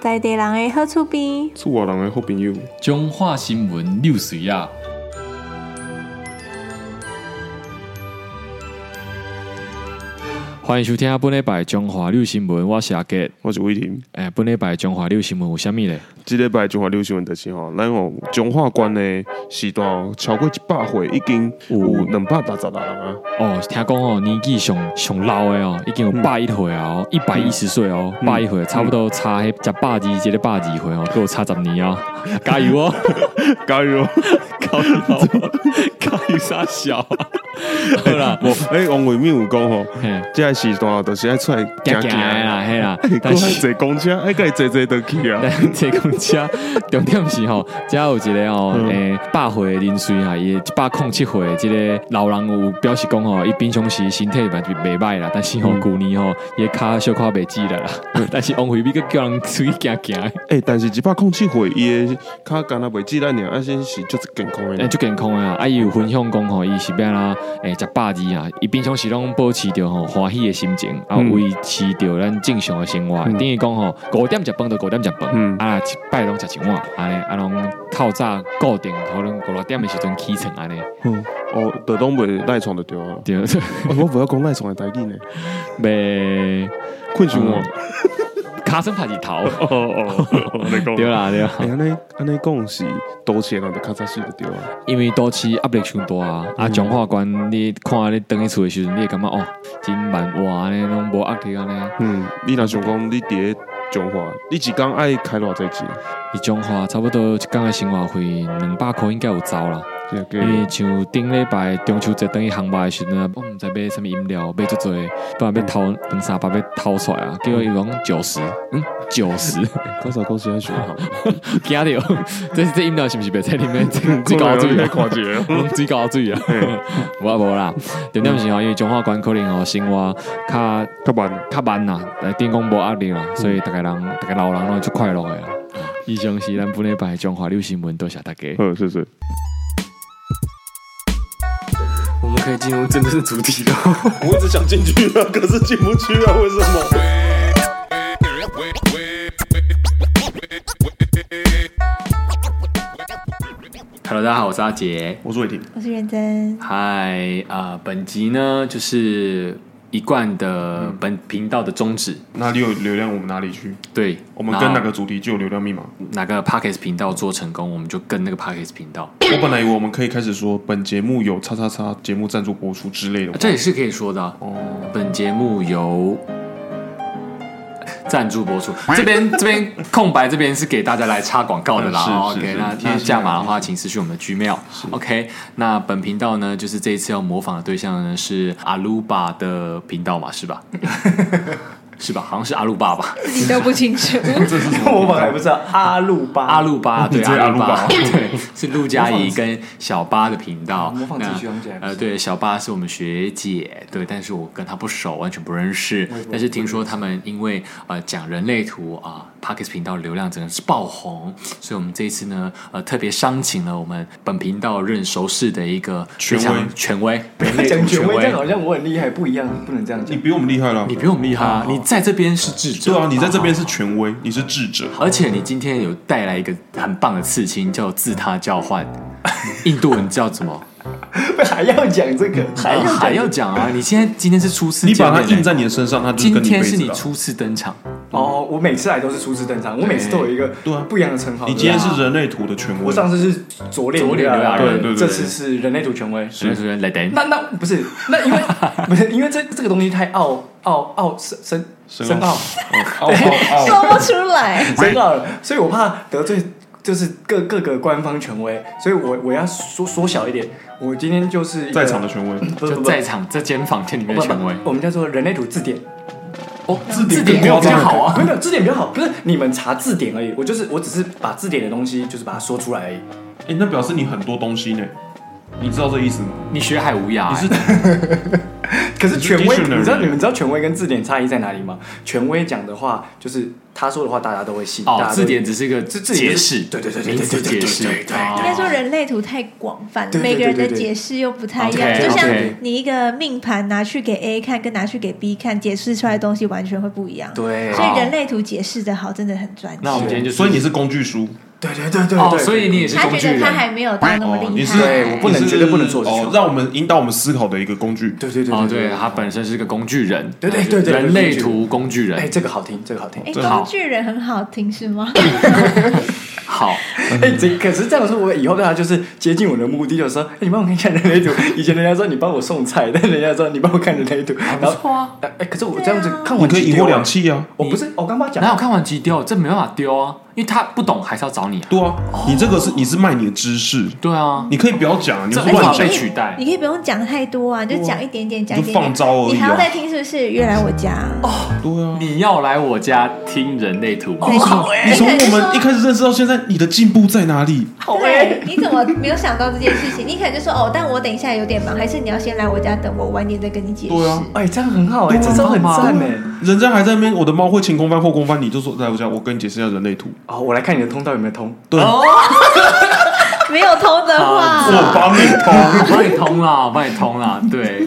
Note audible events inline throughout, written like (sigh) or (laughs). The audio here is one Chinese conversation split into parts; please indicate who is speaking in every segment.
Speaker 1: 在地人的好厝边，
Speaker 2: 厝外人的好朋友，
Speaker 3: 中华新闻六水啊，欢迎收听本礼拜中华六新闻，我是阿杰。
Speaker 2: 我是伟霆。
Speaker 3: 诶、本礼拜中华六新闻有啥物咧？
Speaker 2: 即礼拜中华六新闻就是吼，咱吼中华关的时段超过一百岁，已经有两百八十六人啊，
Speaker 3: 哦，听讲哦，年纪上上老的哦，已经有百一岁啊
Speaker 2: 嗯
Speaker 3: 哦，一百一十岁哦，百一岁差不多差迄只百二，一个百二岁哦，给我差十
Speaker 2: (laughs)
Speaker 3: 年哦，加油哦！
Speaker 2: 加
Speaker 3: (laughs)
Speaker 2: 油！
Speaker 3: 靠腰， (laughs) 靠腰啥小啊？好
Speaker 2: (laughs)
Speaker 3: 啦，
Speaker 2: 我哦诶，王伟敏有讲吼，
Speaker 3: 嘿，
Speaker 2: 即个时段就是爱出来
Speaker 3: 行
Speaker 2: 行
Speaker 3: 行
Speaker 2: 行
Speaker 3: 的
Speaker 2: 啊，
Speaker 3: 啦，嘿
Speaker 2: (laughs)
Speaker 3: 啦，
Speaker 2: 还
Speaker 3: 但是。
Speaker 2: 坐公车，还该坐坐倒去啊。
Speaker 3: (laughs) 咱坐公车，重点是吼，遮有一个吼，
Speaker 2: 嗯
Speaker 3: 诶、百岁的林水啊，伊一百零七岁的即个老人有表示讲吼，伊平常时身体嘛就袂歹啦，但是吼，
Speaker 2: 嗯
Speaker 3: 旧、年吼，伊骹小可袂记了啦， (laughs) 但是王惠美佫叫人出去行行的，
Speaker 2: 诶，但是一百空气会伊的骹干若袂止咱尔，啊，先是足健康
Speaker 3: 诶，
Speaker 2: 诶。
Speaker 3: 足健康诶啊！啊，伊有分享讲吼，伊是变啦，诶，食百二啊，伊平常时拢保持着吼欢喜诶心情，啊，
Speaker 2: 嗯
Speaker 3: 维持着咱正常诶生活。
Speaker 2: 嗯
Speaker 3: 等于讲吼，五点食饭就五点食饭
Speaker 2: 嗯，
Speaker 3: 啊，一摆拢食一碗，安尼啊，拢透早固定可能五六点诶时阵起床安尼，
Speaker 2: 嗯哦，就拢袂赖床就对啊。
Speaker 3: 对， (laughs)
Speaker 2: 哦 (laughs) 我不要讲赖床的代志呢，
Speaker 3: 袂
Speaker 2: 困醒我。
Speaker 3: 卡生拍日头，
Speaker 2: 哦哦，哦你讲
Speaker 3: (laughs) 对啦对啦，
Speaker 2: 哎，安尼安尼讲是多钱人就较早死就对啊。
Speaker 3: 因为都市压力伤大啊，啊，
Speaker 2: 嗯
Speaker 3: 彰化县你看你倒去厝诶时阵，你会感觉哦，真慢活安尼，拢无压力安尼。
Speaker 2: 嗯，你若想讲你伫咧中华，你一工爱开偌济钱？
Speaker 3: 伊种话差不多一工的生活费两百块应该有走啦，
Speaker 2: 这个
Speaker 3: 因为像顶礼拜中秋节等于航班的时阵，啊我毋知买啥物饮料，买足多，本来要偷两三百要偷出来啊，结果伊讲九十，嗯，九十， (laughs)
Speaker 2: 高啥高时爱想好，
Speaker 3: 惊着， (laughs) 这这饮料是毋是袂使
Speaker 2: (laughs)
Speaker 3: 啉面最
Speaker 2: 看
Speaker 3: 高
Speaker 2: 来
Speaker 3: 水
Speaker 2: 你来
Speaker 3: 啊？ (laughs)
Speaker 2: 看一下。
Speaker 3: 拢水高水啊，我无啦，重点是吼，因为中华关可能吼生活较
Speaker 2: 嗯较慢，嗯
Speaker 3: 较慢啦，来电工无压力啦，所以逐个人逐个老人拢就快乐的啦。以上是咱本礼拜的中华六新闻，多谢大家。
Speaker 2: 好，谢谢。
Speaker 3: 我们可以进入真正的主题了。
Speaker 2: (laughs) 我一直想进去啊，可是进不去啊，为什么？
Speaker 3: Hello，大家好，我是阿杰。
Speaker 2: 我是伟霆，
Speaker 1: 我是认真。
Speaker 3: 嗨，啊，本集呢就是一贯的本频道的宗旨，
Speaker 2: 哪里有流量我们哪里去。
Speaker 3: 对，
Speaker 2: 我们跟
Speaker 3: 哪
Speaker 2: 哪个主题就有流量密码。
Speaker 3: 哪个 Pockets 频道做成功，我们就跟那个 Pockets 频道，
Speaker 2: 我本来以为我们可以开始说本节目有叉叉叉节目赞助播出之类的。
Speaker 3: 这也是可以说的啊。
Speaker 2: 哦，
Speaker 3: 本节目由赞助播出，这边这边空白这边是给大家来插广告的啦。
Speaker 2: 是
Speaker 3: 哦
Speaker 2: 是
Speaker 3: OK，
Speaker 2: 是
Speaker 3: 那
Speaker 2: 贴心
Speaker 3: 那
Speaker 2: 啊
Speaker 3: 价码的话，请私讯我们的 Gmail。OK，那本频道呢，就是这一次要模仿的对象呢是阿鲁巴的频道嘛，
Speaker 2: (laughs)
Speaker 3: 是吧？ (laughs) 是吧？好像是阿鲁巴吧？
Speaker 1: 你都不清楚，
Speaker 2: (laughs)
Speaker 4: 我们还不知道阿鲁巴，
Speaker 3: 阿鲁巴对，
Speaker 2: 你这
Speaker 3: 阿
Speaker 2: 阿
Speaker 3: 鲁
Speaker 2: 鲁
Speaker 3: 巴
Speaker 2: 巴
Speaker 3: (laughs) 对，是陆佳怡跟小巴的频道。
Speaker 4: 模仿自己用起来不错
Speaker 3: 呃，对，小巴是我们学姐，对，但是我跟她不熟，完全不认识。但是听说他们因为呃讲人类图啊、p a r k e s 频道流量真的是爆红，所以我们这一次呢，呃，特别商请了我们本频道认熟识的一个
Speaker 2: 权
Speaker 3: 非常
Speaker 2: 威
Speaker 3: 权威，人类
Speaker 4: (laughs) 讲
Speaker 3: 图
Speaker 4: 权
Speaker 3: 权
Speaker 4: 威，这
Speaker 3: 威
Speaker 4: 样。好像我很厉害，不一样，不能这样
Speaker 2: 你 (laughs)
Speaker 4: 讲。
Speaker 2: 比我们厉害了
Speaker 3: 你。比我们厉害啊！你在这边是智者，
Speaker 2: 哦对啊，你在这边是权威，你是智者。
Speaker 3: 而且你今天有带来一个很棒的刺青，叫自他交换， (laughs) 印度文叫什么？
Speaker 4: 还要讲这
Speaker 2: (laughs)
Speaker 4: 个， (laughs) 还要
Speaker 3: 啊
Speaker 4: 讲
Speaker 3: 还要讲啊！你现在今天是初次
Speaker 2: 你
Speaker 3: 见
Speaker 2: 把
Speaker 3: 面欸，
Speaker 2: 它印在你的身上，它就是
Speaker 3: 今
Speaker 2: 跟你
Speaker 3: 天
Speaker 2: 辈
Speaker 3: 是
Speaker 2: 子
Speaker 3: 你
Speaker 2: 了。
Speaker 3: 初次登场，
Speaker 4: (laughs) 哦，我每次来都是初次登场，我每次都有一个
Speaker 2: 对啊
Speaker 4: 不一样的称号。
Speaker 2: 你今天是人类图的权威。
Speaker 4: 我上次是左脸
Speaker 3: 左脸
Speaker 4: 流量
Speaker 3: 流量
Speaker 2: 啊人对对对
Speaker 4: 啊这次是人类图权威。
Speaker 3: 主持人来等。
Speaker 4: 那那不是那因为不是因为这这个东西太奥奥奥深深
Speaker 2: 深
Speaker 4: 深
Speaker 2: 奥
Speaker 4: 奥
Speaker 2: 哦哦哦，
Speaker 1: 说不出来。
Speaker 2: (laughs)
Speaker 4: 深奥了，所以我怕得罪就是各各个官方权威，所以我我要缩缩小一点。我今天就是一个
Speaker 2: 在场的权威。
Speaker 4: 不是
Speaker 3: 就
Speaker 4: 不是
Speaker 3: 在场这间房间里面
Speaker 4: 不
Speaker 3: 的
Speaker 4: 不
Speaker 3: 权威
Speaker 2: 哦
Speaker 4: 不，我们叫做人类图字典。
Speaker 3: 哦，字
Speaker 4: 字
Speaker 3: 典
Speaker 4: 典
Speaker 3: 没有比较
Speaker 4: 这么
Speaker 3: 好啊
Speaker 4: 没有没有字典比较好，不是你们查字典而已，我就是我只是把字典的东西就是把它说出来而已。
Speaker 2: 哎，那表示你很多东西呢。你知道这意思吗？
Speaker 3: 你学海无涯、欸，
Speaker 4: 可是权威，
Speaker 2: Dictionary
Speaker 4: 你知道你们知道权威跟字典差异在哪里吗？权威讲的话就是他说的话，大家都会信。大家
Speaker 3: 哦，
Speaker 4: 都
Speaker 3: 字典只是一个
Speaker 4: 字字典
Speaker 3: 解释，
Speaker 4: 对对对对
Speaker 3: 名
Speaker 4: 对
Speaker 3: 词
Speaker 4: 对对
Speaker 3: 解释，
Speaker 4: 对对对
Speaker 3: 哦
Speaker 1: (laughs) 应该说人类图太广泛了，
Speaker 4: 对对
Speaker 1: 每个人的
Speaker 4: 对对对
Speaker 1: 解释又不太一样。
Speaker 3: OK，
Speaker 1: 就像
Speaker 3: OK
Speaker 1: 你一个命盘拿去给 A 看，跟拿去给 B 看，解释出来的东西完全会不一样。
Speaker 4: 对
Speaker 1: 所
Speaker 3: 好
Speaker 1: 以人类图解释的好，真的很专业。
Speaker 3: 那我们今天就是，
Speaker 2: 所以你是工具书，
Speaker 4: 对对对对
Speaker 3: 哦，
Speaker 4: 对
Speaker 3: 所以你也是
Speaker 1: 他
Speaker 3: 工具
Speaker 1: 觉得
Speaker 3: 人，
Speaker 1: 他还没有到那么
Speaker 2: 哦，
Speaker 1: 厉
Speaker 2: 你
Speaker 1: 害。
Speaker 2: 是
Speaker 4: 对我不能
Speaker 2: 你是
Speaker 4: 绝对不能做这
Speaker 2: 哦
Speaker 4: 种，
Speaker 2: 让我们引导我们思考的一个工具。
Speaker 4: 对对对
Speaker 3: 哦，对，他本身是个工具人，
Speaker 4: 对对对对对
Speaker 3: 人类图工具
Speaker 4: 哎，
Speaker 3: 人，
Speaker 4: 这个好听，这个好听。
Speaker 1: 哎，
Speaker 2: 真好
Speaker 1: 工具人很好听是吗？
Speaker 3: 好，
Speaker 4: 哎，这可是这样说，我以后大家就是接近我的目的，就是说，哎，你帮我看一下人类图。 (laughs) 以前人家说你帮我送菜，但人家说你帮我看人类图，然后
Speaker 3: 错啊，
Speaker 4: 哎，可是我这样子看
Speaker 2: 你
Speaker 4: 完
Speaker 2: 可以
Speaker 4: 几
Speaker 2: 一
Speaker 4: 丢
Speaker 2: 货
Speaker 4: 啊
Speaker 2: 两，气啊，
Speaker 4: 我不是我刚刚讲
Speaker 3: 哪有看完即丢，这没办法丢啊，因为他不懂还是要找你啊，
Speaker 2: 对啊，你这个是你是卖你的知识，
Speaker 3: 对啊，
Speaker 2: 你可以不要讲啊，你
Speaker 3: 这
Speaker 2: 是
Speaker 1: (laughs)
Speaker 3: 无法
Speaker 2: 乱
Speaker 1: 而且
Speaker 2: 讲
Speaker 3: 被
Speaker 1: 你可以
Speaker 3: 取代
Speaker 1: 你可以不用讲太多啊，你就讲一点点，讲一点
Speaker 2: 放
Speaker 1: 点。
Speaker 2: 招而已啊
Speaker 1: 你还要再听是不是？越来我家，
Speaker 2: 对啊。
Speaker 3: 你要来我家听人类图吗？
Speaker 1: 对
Speaker 2: 你
Speaker 1: 哎
Speaker 2: 从我们一
Speaker 1: 对
Speaker 2: 开始认识到现在，你的进步在哪里？
Speaker 4: 好哎，
Speaker 1: 对，你怎么没有想到这件事情？你可能就说哦，但我等一下有点忙，还是你要先来我家等我，晚点再跟你解释。
Speaker 2: 对啊
Speaker 4: 哎，这样很
Speaker 3: 欸
Speaker 4: 好哎，这招
Speaker 3: 啊
Speaker 4: 很赞哎。
Speaker 2: 人家还在那边，我的猫会前空翻后空翻，你就说来我家，我跟你解释一下人类图。
Speaker 4: 哦，我来看你的通道有没有通。
Speaker 2: 对，我
Speaker 1: 没有偷的
Speaker 2: (laughs)
Speaker 1: 话，
Speaker 2: 帮你通。
Speaker 3: 我帮你通啦，我帮你通
Speaker 4: (laughs)
Speaker 3: 啦，对，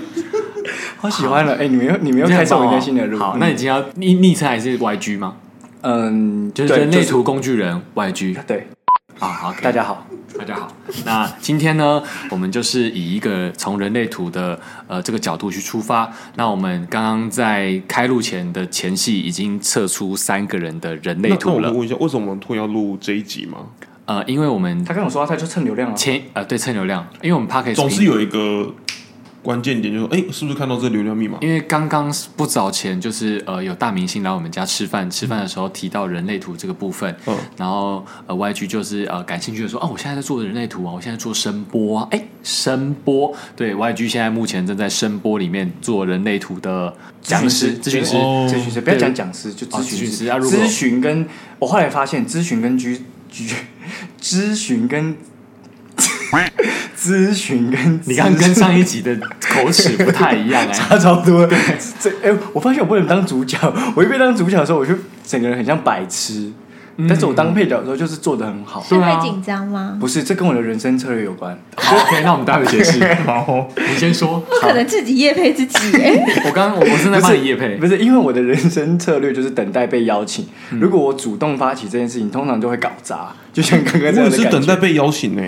Speaker 4: 好喜欢了，哎、你们又你们又开创了一个新的路。
Speaker 3: 啊好，那你今天要昵昵称还是 YG 吗？
Speaker 4: 嗯，
Speaker 3: 就是
Speaker 4: 对
Speaker 3: 人类图工具人 YG
Speaker 4: 就是对，
Speaker 3: 啊，好，
Speaker 4: 大家好，
Speaker 3: 大家好，那今天呢，我们就是以一个从人类图的呃这个角度去出发。那我们刚刚在开录前的前戏已经测出三个人的人类
Speaker 2: 那那
Speaker 3: 图
Speaker 2: 我可以
Speaker 3: 了，
Speaker 2: 问一下，为什么我们突然要录这一集吗？
Speaker 3: 呃，因为我们
Speaker 4: 他跟我说他就蹭流量啊了。
Speaker 3: 前呃对蹭流量，因为我们 p a c k
Speaker 2: 总是有一个关键点，就是说，哎，是不是看到这流量密码？
Speaker 3: 因为刚刚不早前就是呃有大明星来我们家吃饭，吃饭的时候提到人类图这个部分，
Speaker 2: 嗯
Speaker 3: 然后呃 YG 就是呃感兴趣的说，哦，我现在在做人类图啊，我现在做声波啊，哎，声波，对 YG 现在目前正在声波里面做人类图的讲师、咨询师，
Speaker 2: 哦
Speaker 4: 咨询师，不要
Speaker 3: 对
Speaker 4: 讲讲师，就咨
Speaker 3: 哦咨
Speaker 4: 询
Speaker 3: 询师
Speaker 4: 师。
Speaker 3: 啊如果
Speaker 4: 咨询跟我后来发现，咨询跟居居， (laughs) 咨询跟 (laughs) 咨询跟
Speaker 3: 你刚刚跟上一集的口齿不太一样
Speaker 4: (laughs)
Speaker 2: (laughs)
Speaker 3: 哎、
Speaker 4: 差超多。这哎、我发现我不能当主角，我一被当主角的时候，我就整个人很像白痴。但是我当配角的时候，就是做的很好。
Speaker 1: 是
Speaker 3: 对啊
Speaker 1: 会紧张吗？
Speaker 4: 不是，这跟我的人生策略有关。
Speaker 3: 好，OK，那我们待会解释。
Speaker 2: (laughs)
Speaker 3: 好，你先说。
Speaker 1: 不可能自己夜配自己哎耶。
Speaker 3: 我刚刚我我正在
Speaker 4: 不
Speaker 3: 帮
Speaker 4: 是
Speaker 3: 你夜配
Speaker 4: 不，是因为我的人生策略就是等待被邀请。如果我主动发起这件事情，通常就会搞砸，就像刚刚
Speaker 2: 我
Speaker 4: 这样
Speaker 2: 也
Speaker 4: 的
Speaker 2: 是
Speaker 4: 感
Speaker 2: 等
Speaker 4: 觉。
Speaker 2: 待被邀请呢、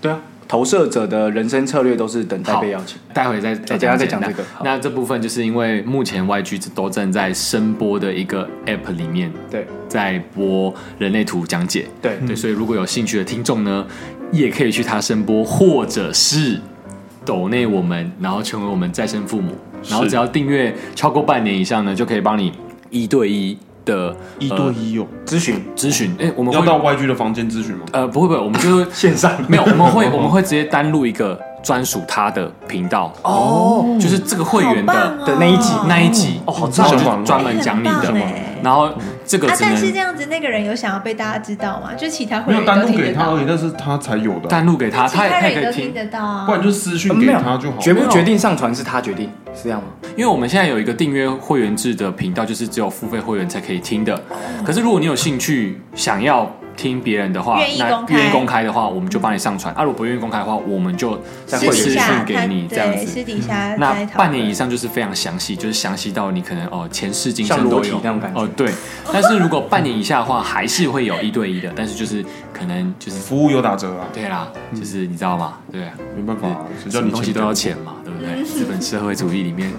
Speaker 4: 对啊，投射者的人生策略都是等待
Speaker 3: 好
Speaker 4: 被邀请。
Speaker 3: 待会
Speaker 2: 嗯
Speaker 3: 再再
Speaker 4: 等一下
Speaker 3: 讲
Speaker 4: 再讲这个
Speaker 3: 那那这部分就是因为目前 YG 都正在声波的一个 App 里面
Speaker 4: 对
Speaker 3: 在播人类图讲解，
Speaker 4: 对
Speaker 3: 对，所以如果有兴趣的听众呢，也可以去他声波，或者是抖内我们，然后成为我们再生父母，然后
Speaker 2: 是
Speaker 3: 只要订阅超过半年以上呢，就可以帮你一对一的
Speaker 2: 一对一哦，
Speaker 4: 咨询
Speaker 3: 咨询。哎，呃我们
Speaker 2: 要
Speaker 3: 会
Speaker 2: 到 YG 的房间咨询吗？
Speaker 3: 呃不会不会，我们
Speaker 2: (laughs)
Speaker 3: 就
Speaker 4: 线上 (laughs)
Speaker 3: 没有，我们会我们会直接单录一个专属他的频道，
Speaker 4: 哦，
Speaker 3: 就是这个 (laughs) 会员
Speaker 1: 好
Speaker 3: 的。
Speaker 1: 棒哦
Speaker 4: 的那一集
Speaker 3: 那一集
Speaker 4: 哦好赞
Speaker 3: 然后
Speaker 2: 哦
Speaker 3: 就专门讲你
Speaker 1: 哎
Speaker 3: 的
Speaker 1: 很棒哎，
Speaker 3: 然后这个
Speaker 1: 啊！
Speaker 3: 只
Speaker 1: 但是这
Speaker 3: 能
Speaker 1: 样子，那个人有想要被大家知道吗？就其他会
Speaker 2: 没有
Speaker 1: 员
Speaker 2: 单
Speaker 1: 都
Speaker 2: 录
Speaker 1: 听得
Speaker 2: 给他
Speaker 1: 到
Speaker 2: 而已，，但是他才有的啊、
Speaker 3: 单录给他，
Speaker 1: 其
Speaker 3: 他也
Speaker 1: 他
Speaker 3: 他
Speaker 1: 人
Speaker 3: 也可
Speaker 1: 也
Speaker 3: 以
Speaker 1: 都听
Speaker 3: 听，
Speaker 1: 得到
Speaker 2: 不然
Speaker 1: 啊。
Speaker 2: 就私
Speaker 3: 呃
Speaker 2: 讯
Speaker 4: 没
Speaker 2: 给
Speaker 4: 有
Speaker 2: 他就好了。
Speaker 4: 决不决定上传是他决定，是这样吗？
Speaker 3: 因为我们现在有一个订阅会员制的频道，就是只有付费会员才可以听的。
Speaker 1: 哦
Speaker 3: 可是如果你有兴趣想要听别人的话
Speaker 1: 愿，意
Speaker 3: 那
Speaker 1: 公开
Speaker 3: 愿意公开的话，我们就帮你上传；啊，如果不愿意公开的话，我们就
Speaker 4: 再
Speaker 1: 私
Speaker 3: 会
Speaker 4: 会
Speaker 1: 底
Speaker 3: 私讯
Speaker 1: 下
Speaker 3: 给
Speaker 1: 他
Speaker 3: 你这样
Speaker 1: 对，
Speaker 3: 子。嗯
Speaker 1: 私底下
Speaker 3: 那
Speaker 1: 再讨论
Speaker 3: 半年以上就是非常详细，就是详细到你可能哦前世今
Speaker 4: 像
Speaker 3: 生
Speaker 4: 裸
Speaker 3: 都
Speaker 4: 体
Speaker 3: 有
Speaker 4: 那种感觉
Speaker 3: 哦
Speaker 4: (laughs)
Speaker 3: 对，但是如果半年以下的话，还是会有一对一的，但是就是可能就是
Speaker 2: 服务有打折啊，
Speaker 3: 对啦，
Speaker 4: 嗯
Speaker 3: 就是你知道吗？对啊，
Speaker 2: 没办法、啊，谁叫
Speaker 3: 什么
Speaker 2: 你
Speaker 3: 东
Speaker 2: 钱
Speaker 3: 西都
Speaker 2: 给
Speaker 3: 要
Speaker 2: 我
Speaker 3: 钱嘛，对不
Speaker 4: 嗯
Speaker 3: 对？资本社会主义里面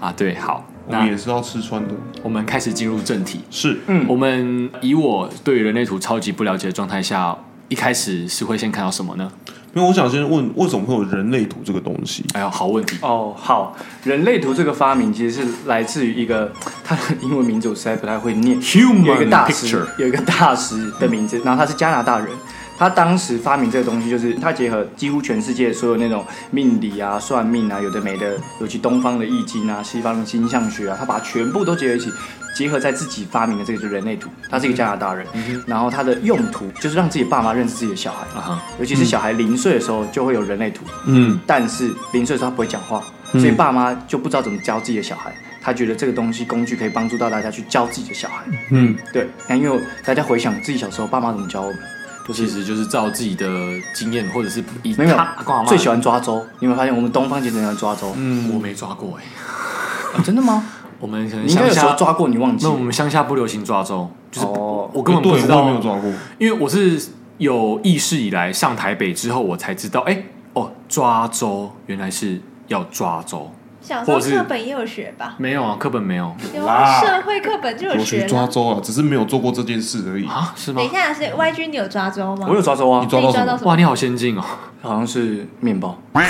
Speaker 3: 啊，对，好，
Speaker 2: 我们
Speaker 3: 那
Speaker 2: 也是要吃穿的。
Speaker 3: 我们开始进入正题。
Speaker 2: 是，
Speaker 4: 嗯
Speaker 3: 我们以我对于人类图超级不了解的状态下，一开始是会先看到什么呢？
Speaker 2: 因为我想先问，为什么会有人类图这个东西？
Speaker 3: 哎呀，好问题，
Speaker 4: 哦，好，人类图这个发明其实是来自于一个，它的英文名字我实在不太会念
Speaker 3: Human
Speaker 4: 有一个大师
Speaker 3: picture
Speaker 4: 有一个大师的名字，然后他是加拿大人，他当时发明这个东西，就是他结合几乎全世界所有那种命理啊、算命啊，有的没的，尤其东方的易经啊、西方的星象学啊，他把它全部都结合一起，结合在自己发明的这个就是人类图。他是一个加拿大人，然后他的用途就是让自己爸妈认识自己的小孩，
Speaker 3: 嗯啊哈，
Speaker 4: 尤其是小孩零岁的时候就会有人类图，
Speaker 3: 嗯，
Speaker 4: 但是零岁的时候他不会讲话，所以爸妈就不知道怎么教自己的小孩。他觉得这个东西工具可以帮助到大家去教自己的小孩，
Speaker 3: 嗯，
Speaker 4: 对。那因为大家回想自己小时候，爸妈怎么教我们，就是
Speaker 3: 其实就是照自己的经验，或者是以
Speaker 4: 没有
Speaker 3: 他啊阿公阿嬷
Speaker 4: 最喜欢抓周。你有没有发现我们东方其实很喜欢抓周？
Speaker 3: 嗯，我没抓过哎、
Speaker 4: 啊真的吗？
Speaker 3: 我们可能
Speaker 4: 你应该
Speaker 3: 乡
Speaker 4: 有时候
Speaker 3: 下
Speaker 4: 抓过，你忘记
Speaker 3: 那我们乡下不流行抓周，就是
Speaker 4: 哦
Speaker 3: 我根本
Speaker 2: 对
Speaker 3: 不知
Speaker 2: 我
Speaker 3: 道
Speaker 2: 也没有抓过，
Speaker 3: 因为我是有意识以来上台北之后，我才知道，哎、哦，抓周原来是要抓周，
Speaker 1: 小时
Speaker 3: 或
Speaker 1: 候
Speaker 3: 者是
Speaker 1: 课本也有学吧？
Speaker 3: 没有啊，课本没有
Speaker 1: 有
Speaker 4: 啦
Speaker 1: 啊，社会课本就有
Speaker 2: 我
Speaker 1: 学
Speaker 2: 去抓
Speaker 1: 了。
Speaker 2: 周啊，只是没有做过这件事而已。
Speaker 3: 啊？是吗
Speaker 1: 等一？下，是 YG 你有抓周吗？
Speaker 4: 我有抓周啊
Speaker 2: 你，抓
Speaker 1: 那
Speaker 2: 到
Speaker 1: 你抓
Speaker 2: 什
Speaker 1: 到
Speaker 2: 么？
Speaker 1: 什么？
Speaker 3: 哇，你好先进哦，
Speaker 4: 好像是面包
Speaker 3: (laughs)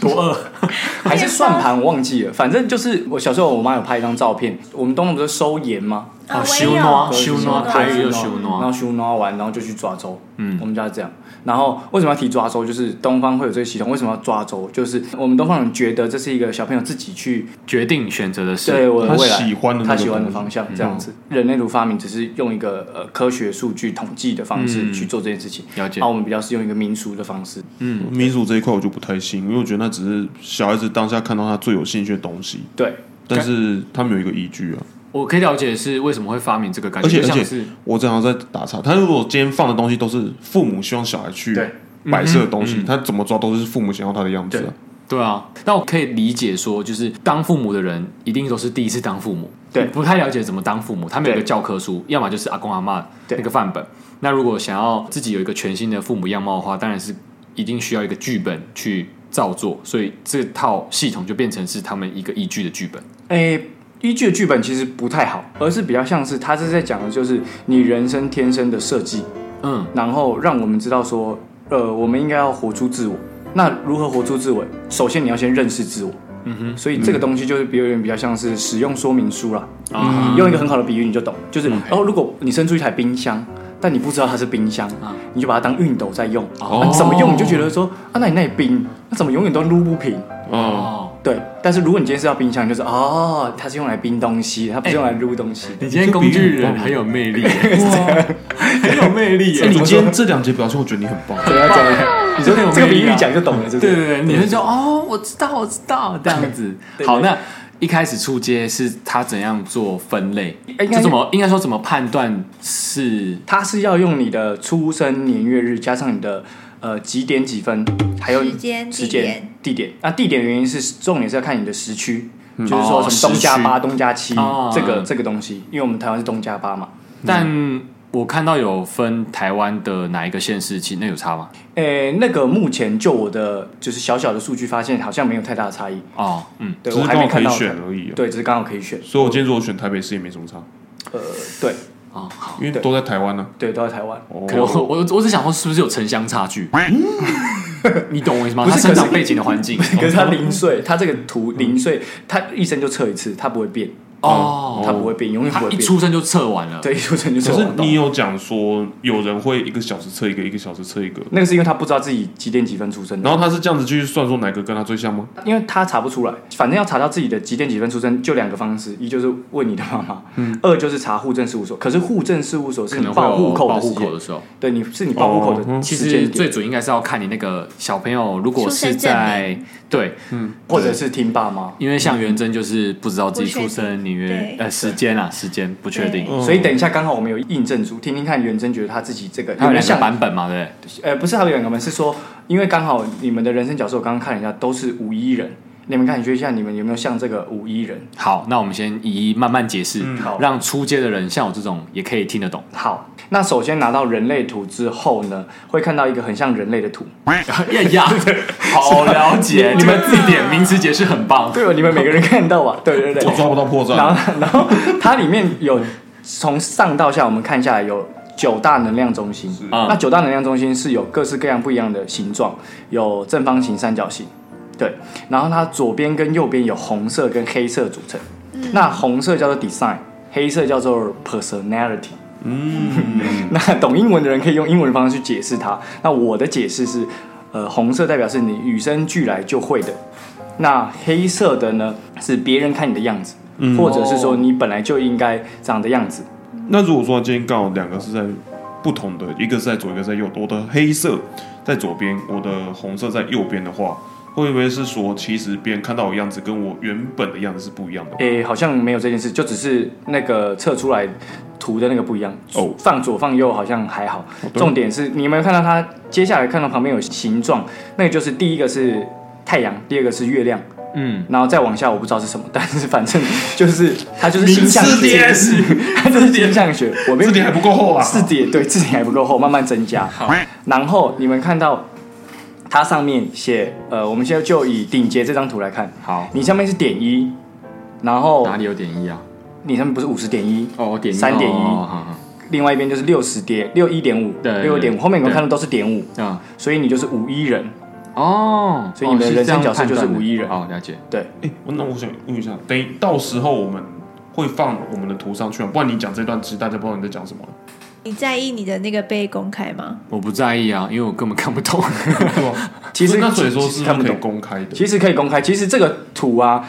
Speaker 3: 多饿，
Speaker 4: (laughs) 还是算盘，我忘记了。反正就是我小时候，我妈有拍一张照片。我们东南不是收盐吗？
Speaker 1: 啊，我也
Speaker 3: 修诺
Speaker 1: 有
Speaker 3: 修诺，
Speaker 1: 诺
Speaker 3: 台语就修
Speaker 4: 然后
Speaker 3: 诺，
Speaker 4: 修拿完，然后就去抓周。
Speaker 3: 嗯
Speaker 4: 我们家是这样。然后为什么要提抓周？就是东方会有这个系统，为什么要抓周？就是我们东方人觉得这是一个小朋友自己去
Speaker 3: 决定选择的
Speaker 4: 对
Speaker 3: 是嗯
Speaker 4: 我的
Speaker 2: 他
Speaker 4: 未来
Speaker 2: 喜欢的那
Speaker 4: 他
Speaker 2: 个
Speaker 4: 喜欢的
Speaker 2: 东西
Speaker 4: 方向这样子。人类图发明只是用一个呃科学数据统计的方式
Speaker 3: 嗯
Speaker 4: 去做这件事情，
Speaker 3: 了解
Speaker 4: 那我们比较是用一个民俗的方式。
Speaker 3: 嗯
Speaker 2: 民俗这一块我就不太信，因为我觉得那只是小孩子当下看到他最有兴趣的东西，
Speaker 4: 对，
Speaker 2: 但是他们有一个依据啊。
Speaker 3: 我可以了解是为什么会发明这个感觉，
Speaker 2: 而且
Speaker 3: 就
Speaker 2: 而
Speaker 3: 像
Speaker 2: 且
Speaker 3: 是，
Speaker 2: 我正好在打岔，他如果今天放的东西都是父母希望小孩去
Speaker 4: 对
Speaker 2: 摆设的东西，
Speaker 3: 嗯嗯
Speaker 2: 他怎么抓都是父母想要他的样子、啊。
Speaker 3: 对啊，但我可以理解说，就是当父母的人一定都是第一次当父母，
Speaker 4: 对
Speaker 3: 不太了解怎么当父母。他们有
Speaker 4: 对
Speaker 3: 个教科书，要么就是阿公阿妈
Speaker 4: 对
Speaker 3: 那个范本。那如果想要自己有一个全新的父母样貌的话，当然是一定需要一个剧本去照做，所以这套系统就变成是他们一个依据的剧本。
Speaker 4: 诶、依据的剧本其实不太好，而是比较像是他是在讲的就是你人生天生的设计，
Speaker 3: 嗯，
Speaker 4: 然后让我们知道说，呃，我们应该要活出自我。那如何活出自我？首先你要先认识自我。嗯哼，所以这个东西就是比有点比较像是使用说明书啦。
Speaker 3: 啊
Speaker 4: 用一个很好的比喻你就懂，就是，然后如果你生出一台冰箱，但你不知道它是冰箱
Speaker 3: 啊，
Speaker 4: 你就把它当熨斗在用，
Speaker 3: 哦
Speaker 4: 啊你怎么用你就觉得说啊，那你那里冰，那怎么永远都撸不平？
Speaker 2: 嗯，
Speaker 3: 哦，
Speaker 4: 对，但是如果你今天是要冰箱，你就是哦，它是用来冰东西，它不是用来撸东西。
Speaker 3: 你今天工具人很有
Speaker 2: (laughs)
Speaker 3: 魅力耶，很有魅力耶
Speaker 2: 哎、！你今天这两节表现，我觉得你很棒。
Speaker 4: 怎么样？怎么样？你说
Speaker 3: 很有魅力啊
Speaker 4: 这个比喻讲就懂了，对不
Speaker 3: 对
Speaker 4: 对？
Speaker 3: 对对，你会说哦，我知道，我知道这样子。
Speaker 4: 对
Speaker 3: 好，
Speaker 4: 对
Speaker 3: 那一开始出街是他怎样做分类？
Speaker 4: 哎应该
Speaker 3: 就怎么应该说怎么判断是
Speaker 4: 它是要用你的出生年月日加上你的呃几点几分，还有
Speaker 1: 时间
Speaker 4: 时
Speaker 1: 地
Speaker 4: 间
Speaker 1: 点
Speaker 4: 地点。那地点的原因是重点是要看你的时区，就是
Speaker 3: 哦
Speaker 4: 说什么东加
Speaker 3: 时区
Speaker 4: 八、东加七
Speaker 3: 哦
Speaker 4: 这个这个东西，因为我们台湾是东加八嘛。
Speaker 3: 但。我看到有分台湾的哪一个县市，其实那有差吗？
Speaker 4: 诶，那个目前就我的就是小小的数据发现，好像没有太大的差异。
Speaker 3: 哦，嗯，
Speaker 4: 对，
Speaker 2: 只
Speaker 4: 我
Speaker 2: 是
Speaker 4: 还
Speaker 2: 刚好可
Speaker 4: 没看
Speaker 2: 以
Speaker 4: 到。
Speaker 2: 选而已、啊。
Speaker 4: 对，只是刚好可以选。
Speaker 2: 所以我今天如果选台北市也没什么差，
Speaker 4: 呃，对
Speaker 3: 哦，好。
Speaker 2: 因为都在台湾呢、
Speaker 4: 对，都在台湾。
Speaker 2: 哦
Speaker 3: 可能我我我只想说，是不是有城乡差距？
Speaker 4: (laughs)
Speaker 3: 你懂我意思吗？
Speaker 4: 不
Speaker 3: 他
Speaker 4: 是
Speaker 3: 生
Speaker 4: 可是
Speaker 3: 长背景的环境，
Speaker 4: (laughs)
Speaker 3: 嗯
Speaker 4: 可是他
Speaker 3: (laughs)
Speaker 4: 零岁，他这个图零岁，他一生就测一次，他不会变，
Speaker 3: 哦，
Speaker 4: 他不会变，永远
Speaker 3: 他
Speaker 4: 不会
Speaker 3: 一
Speaker 4: 变。
Speaker 3: 出生就测完了，
Speaker 4: 对，一出生就测
Speaker 2: 可
Speaker 4: 完
Speaker 2: 是
Speaker 4: 了。
Speaker 2: 你有讲说有人会一个小时测一个，一个小时测一个，
Speaker 4: 那个是因为他不知道自己几点几分出生的，
Speaker 2: 然后他是这样子去算说哪个跟他最像吗？
Speaker 4: 因为他查不出来，反正要查到自己的几点几分出生，就两个方式，一就是问你的妈妈，二就是查户政事务所。可是户政事务所
Speaker 3: 嗯
Speaker 4: 是
Speaker 3: 可
Speaker 4: 你
Speaker 3: 能会
Speaker 4: 报户
Speaker 3: 有
Speaker 4: 口
Speaker 3: 报
Speaker 4: 的时
Speaker 3: 户口
Speaker 4: 间
Speaker 3: 的，时候，
Speaker 4: 对，你是你报户口
Speaker 2: 哦嗯
Speaker 4: 的
Speaker 3: 其
Speaker 4: 时间
Speaker 3: 实
Speaker 4: 点，
Speaker 3: 最准应该是要看你那个小朋友，如果
Speaker 1: 出生
Speaker 3: 是
Speaker 1: 证
Speaker 3: 在
Speaker 1: 明
Speaker 3: 对，
Speaker 4: 或者是听爸妈。
Speaker 3: 因为像元真就是不知道自己出生
Speaker 1: 不确
Speaker 3: 年月
Speaker 1: 定对
Speaker 3: 呃时间啊，时间不确定，
Speaker 1: 对
Speaker 2: 嗯
Speaker 4: 所以等一下，刚好我们有印证组，听听看元真觉得他自己这个
Speaker 3: 他有两
Speaker 4: 点
Speaker 3: 个
Speaker 4: 像，
Speaker 3: 版本嘛，对不对？
Speaker 4: 呃，不是他有两个门，是说因为刚好你们的人生角色，我刚刚看了一下，都是五一人，你们看你觉得一下你们有没有像这个五一人？
Speaker 3: 好，那我们先一一慢慢解释，
Speaker 4: 嗯好
Speaker 3: 让出街的人像我这种也可以听得
Speaker 4: (laughs)
Speaker 3: 懂。
Speaker 4: 好，那首先拿到人类图之后呢，会看到一个很像人类的图。哎
Speaker 3: 呀呀， (laughs) 好了
Speaker 4: (laughs)
Speaker 3: 解，你们字典名词解释很棒。
Speaker 4: 对哦，你们每个人看到吧？ (laughs) 对对
Speaker 2: 我
Speaker 4: 对。
Speaker 2: 抓不到破
Speaker 4: 然
Speaker 2: 绽。
Speaker 4: 后，然后它里面有从上到下，我们看下来有九大能量中心。
Speaker 3: 嗯
Speaker 4: 那九大能量中心是有各式各样不一样的形状，有正方形、三角形，对。然后它左边跟右边有红色跟黑色组成。那红色叫做 design，黑色叫做 personality。嗯， (laughs) 那懂英文的人可以用英文的方式去解释它。那我的解释是，呃，红色代表是你与生俱来就会的，那黑色的呢是别人看你的样子，或者是说你本来就应该长的样子。
Speaker 2: 那如果说今天刚好两个是在不同的，一个是在左，一个在右，我的黑色在左边，我的红色在右边的话，会不会是说其实别人看到我样子跟我原本的样子是不一样的？
Speaker 4: 诶、好像没有这件事，就只是那个测出来图的那个不一样。
Speaker 2: 哦
Speaker 4: 放左放右好像还好。
Speaker 2: 对
Speaker 4: 重点是你有没有看到它？接下来看到旁边有形状，那个就是第一个是太阳，第二个是月亮，
Speaker 3: 嗯，
Speaker 4: 然后再往下我不知道是什么， (laughs) 但是反正就是它就是星象
Speaker 2: 名字
Speaker 4: 学 (laughs)
Speaker 2: 也是，
Speaker 4: 它就是星象学。我没有
Speaker 2: 字典还不够厚啊！
Speaker 4: 字典对字典还不够厚，慢慢增加。然后你们看到它上面写，呃，我们现在就以顶节这张图来看，
Speaker 3: 好，
Speaker 4: 你上面是点一，然后
Speaker 3: 哪里有点一啊？
Speaker 4: 你上面不是五十点一，
Speaker 3: 哦，点一
Speaker 4: 3.1
Speaker 3: 哦好好
Speaker 4: 另外一边就是六十点六一点五，
Speaker 3: 对
Speaker 4: 六点五，后面你们
Speaker 3: 对
Speaker 4: 看到都是点五，
Speaker 3: 啊，
Speaker 4: 所以你就是五一人。
Speaker 3: 哦，
Speaker 4: 所以你们
Speaker 3: 哦
Speaker 4: 人生角色
Speaker 3: 是这样判
Speaker 4: 就是
Speaker 3: 断的
Speaker 4: 五一人
Speaker 3: 哦，了解。
Speaker 4: 对，
Speaker 2: 哎、我那我想问一下，等于到时候我们会放我们的图上去吗？不然你讲这段，其实大家不知道你在讲什么。
Speaker 1: 你在意你的那个被公开
Speaker 3: (laughs)
Speaker 1: 吗？
Speaker 3: 我不在意啊，因为我根本看不
Speaker 4: (laughs)
Speaker 3: 懂。
Speaker 2: 对吧？
Speaker 4: (laughs) 其实
Speaker 2: 那所以说是
Speaker 4: 看
Speaker 2: 不
Speaker 4: 不
Speaker 2: 是可以
Speaker 4: 懂，
Speaker 2: 公开的？
Speaker 4: 其实可以公开。其实这个图啊，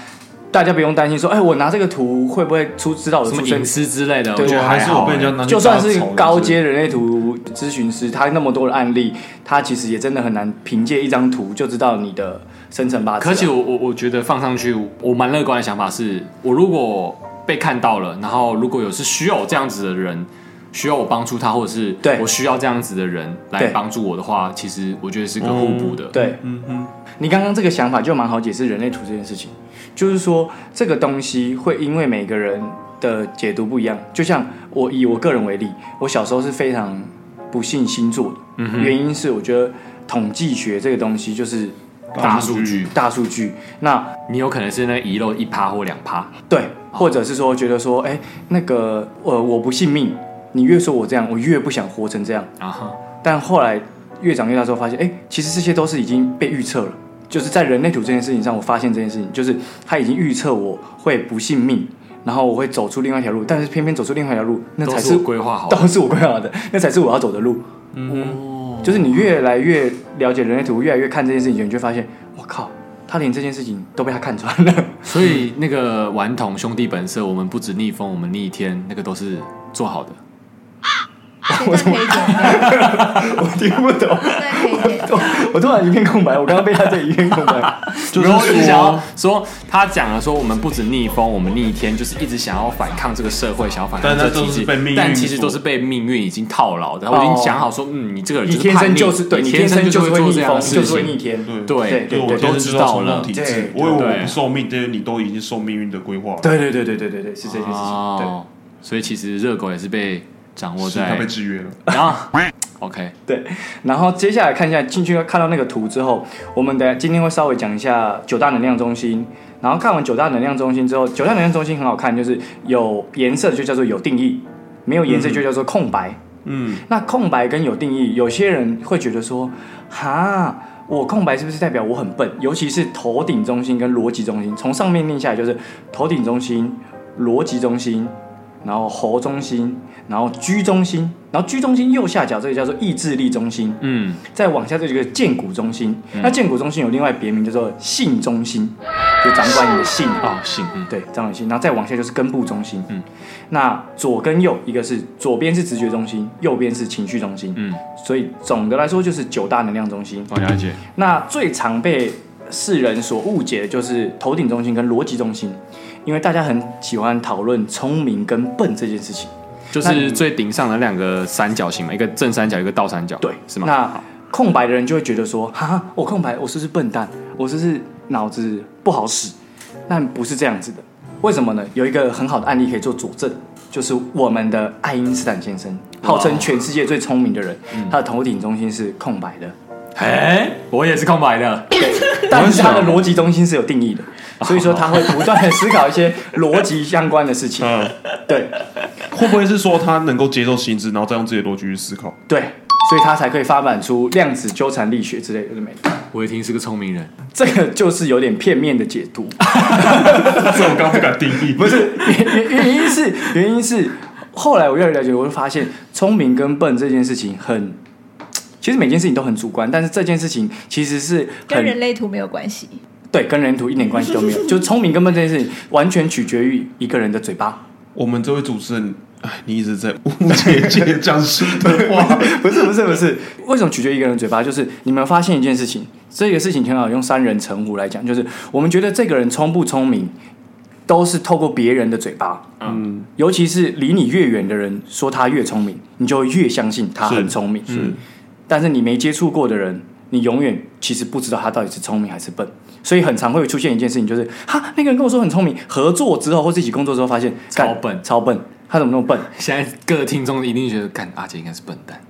Speaker 4: 大家不用担心说，哎，我拿这个图会不会出知道我的
Speaker 3: 什么
Speaker 4: 出生
Speaker 3: 隐？私之类的，
Speaker 4: 对
Speaker 3: 我觉得
Speaker 2: 我还是
Speaker 3: 好
Speaker 2: 我被人家
Speaker 3: 欸
Speaker 2: 拿去
Speaker 4: 就算是
Speaker 2: 打草
Speaker 4: 高
Speaker 2: 了
Speaker 4: 阶人类图咨询师，他那么多的案例，他其实也真的很难凭借一张图就知道你的生辰八字啊。
Speaker 3: 而且我我我觉得放上去，我蛮乐观的想法是，我如果被看到了，然后如果有是需要我这样子的人，需要我帮助他，或者是
Speaker 4: 对
Speaker 3: 我需要这样子的人来
Speaker 4: 对
Speaker 3: 帮助我的话，其实我觉得是个互补的。，
Speaker 4: 对，
Speaker 2: 嗯哼，
Speaker 4: 你刚刚这个想法就蛮好解释人类图这件事情，就是说这个东西会因为每个人的解读不一样。就像我以我个人为例，我小时候是非常不信星座的，
Speaker 3: 嗯
Speaker 4: 原因是我觉得统计学这个东西就是
Speaker 3: 大数据，
Speaker 4: 大数据，那
Speaker 3: 你有可能是那遗漏一趴或两趴，
Speaker 4: 对，
Speaker 3: 哦
Speaker 4: 或者是说觉得说，哎，那个呃，我不信命，你越说我这样，我越不想活成这样。
Speaker 3: 然后
Speaker 4: 但后来越长越大之后，发现哎，诶其实这些都是已经被预测了。就是在人类图这件事情上，我发现这件事情，就是他已经预测我会不信命，然后我会走出另外一条路，但是偏偏走出另外一条路，那
Speaker 3: 都
Speaker 4: 才
Speaker 3: 是
Speaker 4: 是
Speaker 3: 我规划好的。
Speaker 4: (laughs) 都是我规划的，那才是我要走的路。嗯
Speaker 3: 哦，
Speaker 4: 就是你越来越了解人类图，越来越看这件事情，你就会发现，我靠，他连这件事情都被他看穿了。
Speaker 3: 所以那个顽童兄弟本色，我们不止逆风，我们逆天，那个都是做好的。
Speaker 1: 这段可以剪掉，
Speaker 4: 我 (laughs) 听不懂，
Speaker 1: 这段可以剪掉。
Speaker 4: 我突然一片空白，我刚刚被他这一片空白。 (laughs)
Speaker 2: 就是
Speaker 3: 然后想要
Speaker 2: 说，
Speaker 3: 说他讲了说我们不止逆风，我们逆天，就是一直想要反抗这个社会，想要反抗
Speaker 2: 但那
Speaker 3: 这
Speaker 2: 都
Speaker 3: 体
Speaker 2: 是
Speaker 3: 制
Speaker 2: 被命运，
Speaker 3: 但其实都是被命运已经套牢的。我已经想好说，嗯，你这个人
Speaker 4: 你
Speaker 3: 就是
Speaker 4: 天
Speaker 3: 叛
Speaker 4: 生
Speaker 3: 逆
Speaker 4: 就是对，
Speaker 3: 你
Speaker 4: 你
Speaker 3: 天
Speaker 4: 天
Speaker 3: 生就
Speaker 4: 生就是是
Speaker 3: 会
Speaker 4: 会
Speaker 3: 做
Speaker 4: 逆
Speaker 3: 这样的
Speaker 4: 风，
Speaker 3: 事
Speaker 4: 就是会嗯逆
Speaker 3: 情。
Speaker 4: 天。
Speaker 2: 嗯对
Speaker 3: 对
Speaker 4: 对
Speaker 2: 对，我
Speaker 3: 对
Speaker 2: 都
Speaker 3: 都
Speaker 2: 知
Speaker 3: 知
Speaker 2: 道
Speaker 3: 道
Speaker 2: 从
Speaker 3: 了
Speaker 2: 众体
Speaker 4: 对
Speaker 2: 制，我以为我
Speaker 3: 对
Speaker 2: 不受命，但是你都已经受命运的规划了，
Speaker 4: 对对对对对对对，是这件事情。
Speaker 3: 哦，所以其实热狗也是被掌握
Speaker 2: 是他
Speaker 3: 在
Speaker 2: 被，制约了。
Speaker 3: 然后 OK，
Speaker 4: 对，然后接下来看一下进去看到那个图之后，我们的今天会稍微讲一下九大能量中心。然后看完九大能量中心之后，九大能量中心很好看，就是有颜色就叫做有定义，没有颜色就叫做空白。
Speaker 2: 嗯，
Speaker 4: 那空白跟有定义，有些人会觉得说，哈，我空白是不是代表我很笨？尤其是头顶中心跟逻辑中心，从上面念下来就是头顶中心、逻辑中心，然后喉中心，然后居中心，然后居中心右下角这个叫做意志力中心，
Speaker 3: 嗯，
Speaker 4: 再往下这个剑骨中心。那剑骨中心有另外别名叫做性中心，就掌管你的性啊。
Speaker 3: 哦，行，嗯，
Speaker 4: 对，张远心，然后再往下就是根部中心。嗯，那左跟右，一个是左边是直觉中心，右边是情绪中心。
Speaker 3: 嗯，
Speaker 4: 所以总的来说就是九大能量中心。
Speaker 3: 我了解，
Speaker 4: 那最常被世人所误解的就是头顶中心跟逻辑中心，因为大家很喜欢讨论聪明跟笨这件事情。
Speaker 3: 就是最顶上的两个三角形嘛，一个正三角，一个倒三角，
Speaker 4: 对，
Speaker 3: 是吗？
Speaker 4: 那空白的人就会觉得说， (laughs) 哈，我空白，我是不是笨蛋？我是不是脑子不好使？但不是这样子的，为什么呢？有一个很好的案例可以做佐证，就是我们的爱因斯坦先生，号称全世界最聪明的人，他的头顶中心是空白的，
Speaker 3: 哎，我也是空白的，
Speaker 4: 但是他的逻辑中心是有定义的，所以说他会不断的思考一些逻辑相关的事情。
Speaker 2: 嗯，
Speaker 4: 对
Speaker 2: 会不会是说他能够接受薪资，然后再用自己的逻辑去思 (laughs) 考？
Speaker 4: 对，所以他才可以发展出量子纠缠力学之类的，没的。
Speaker 3: 我一听是个聪明人，
Speaker 4: 这个就是有点片面的解读。
Speaker 2: 这我刚不敢定义，不是
Speaker 4: 原原原因是原因是后来我越来越了解，我就发现聪明跟笨这件事情很，其实每件事情都很主观，但是这件事情其实是
Speaker 1: 跟
Speaker 4: 很
Speaker 1: 人类图没有关系。
Speaker 4: 对，跟人图一点关系都没有。就聪明跟笨这件事情，完全取决于一个人的嘴巴。
Speaker 2: 我们这位主持人，哎，你一直在误解解讲师的话。
Speaker 4: (laughs) 不是不是不是，为什么取决于一个人的嘴巴？就是你们发现一件事情，这个事情很好用三人成虎来讲，就是我们觉得这个人聪不聪明，都是透过别人的嘴巴。嗯，尤其是离你越远的人说他越聪明，你就会越相信他很聪明。
Speaker 2: 是，
Speaker 4: 但是你没接触过的人，你永远其实不知道他到底是聪明还是笨。所以很常会出现一件事情，就是哈，那个人跟我说很聪明，合作之后或自己工作之后发现干
Speaker 3: 超笨
Speaker 4: 超笨，他怎么那么笨？
Speaker 3: 现在各听众一定觉得，干阿杰应该是笨蛋，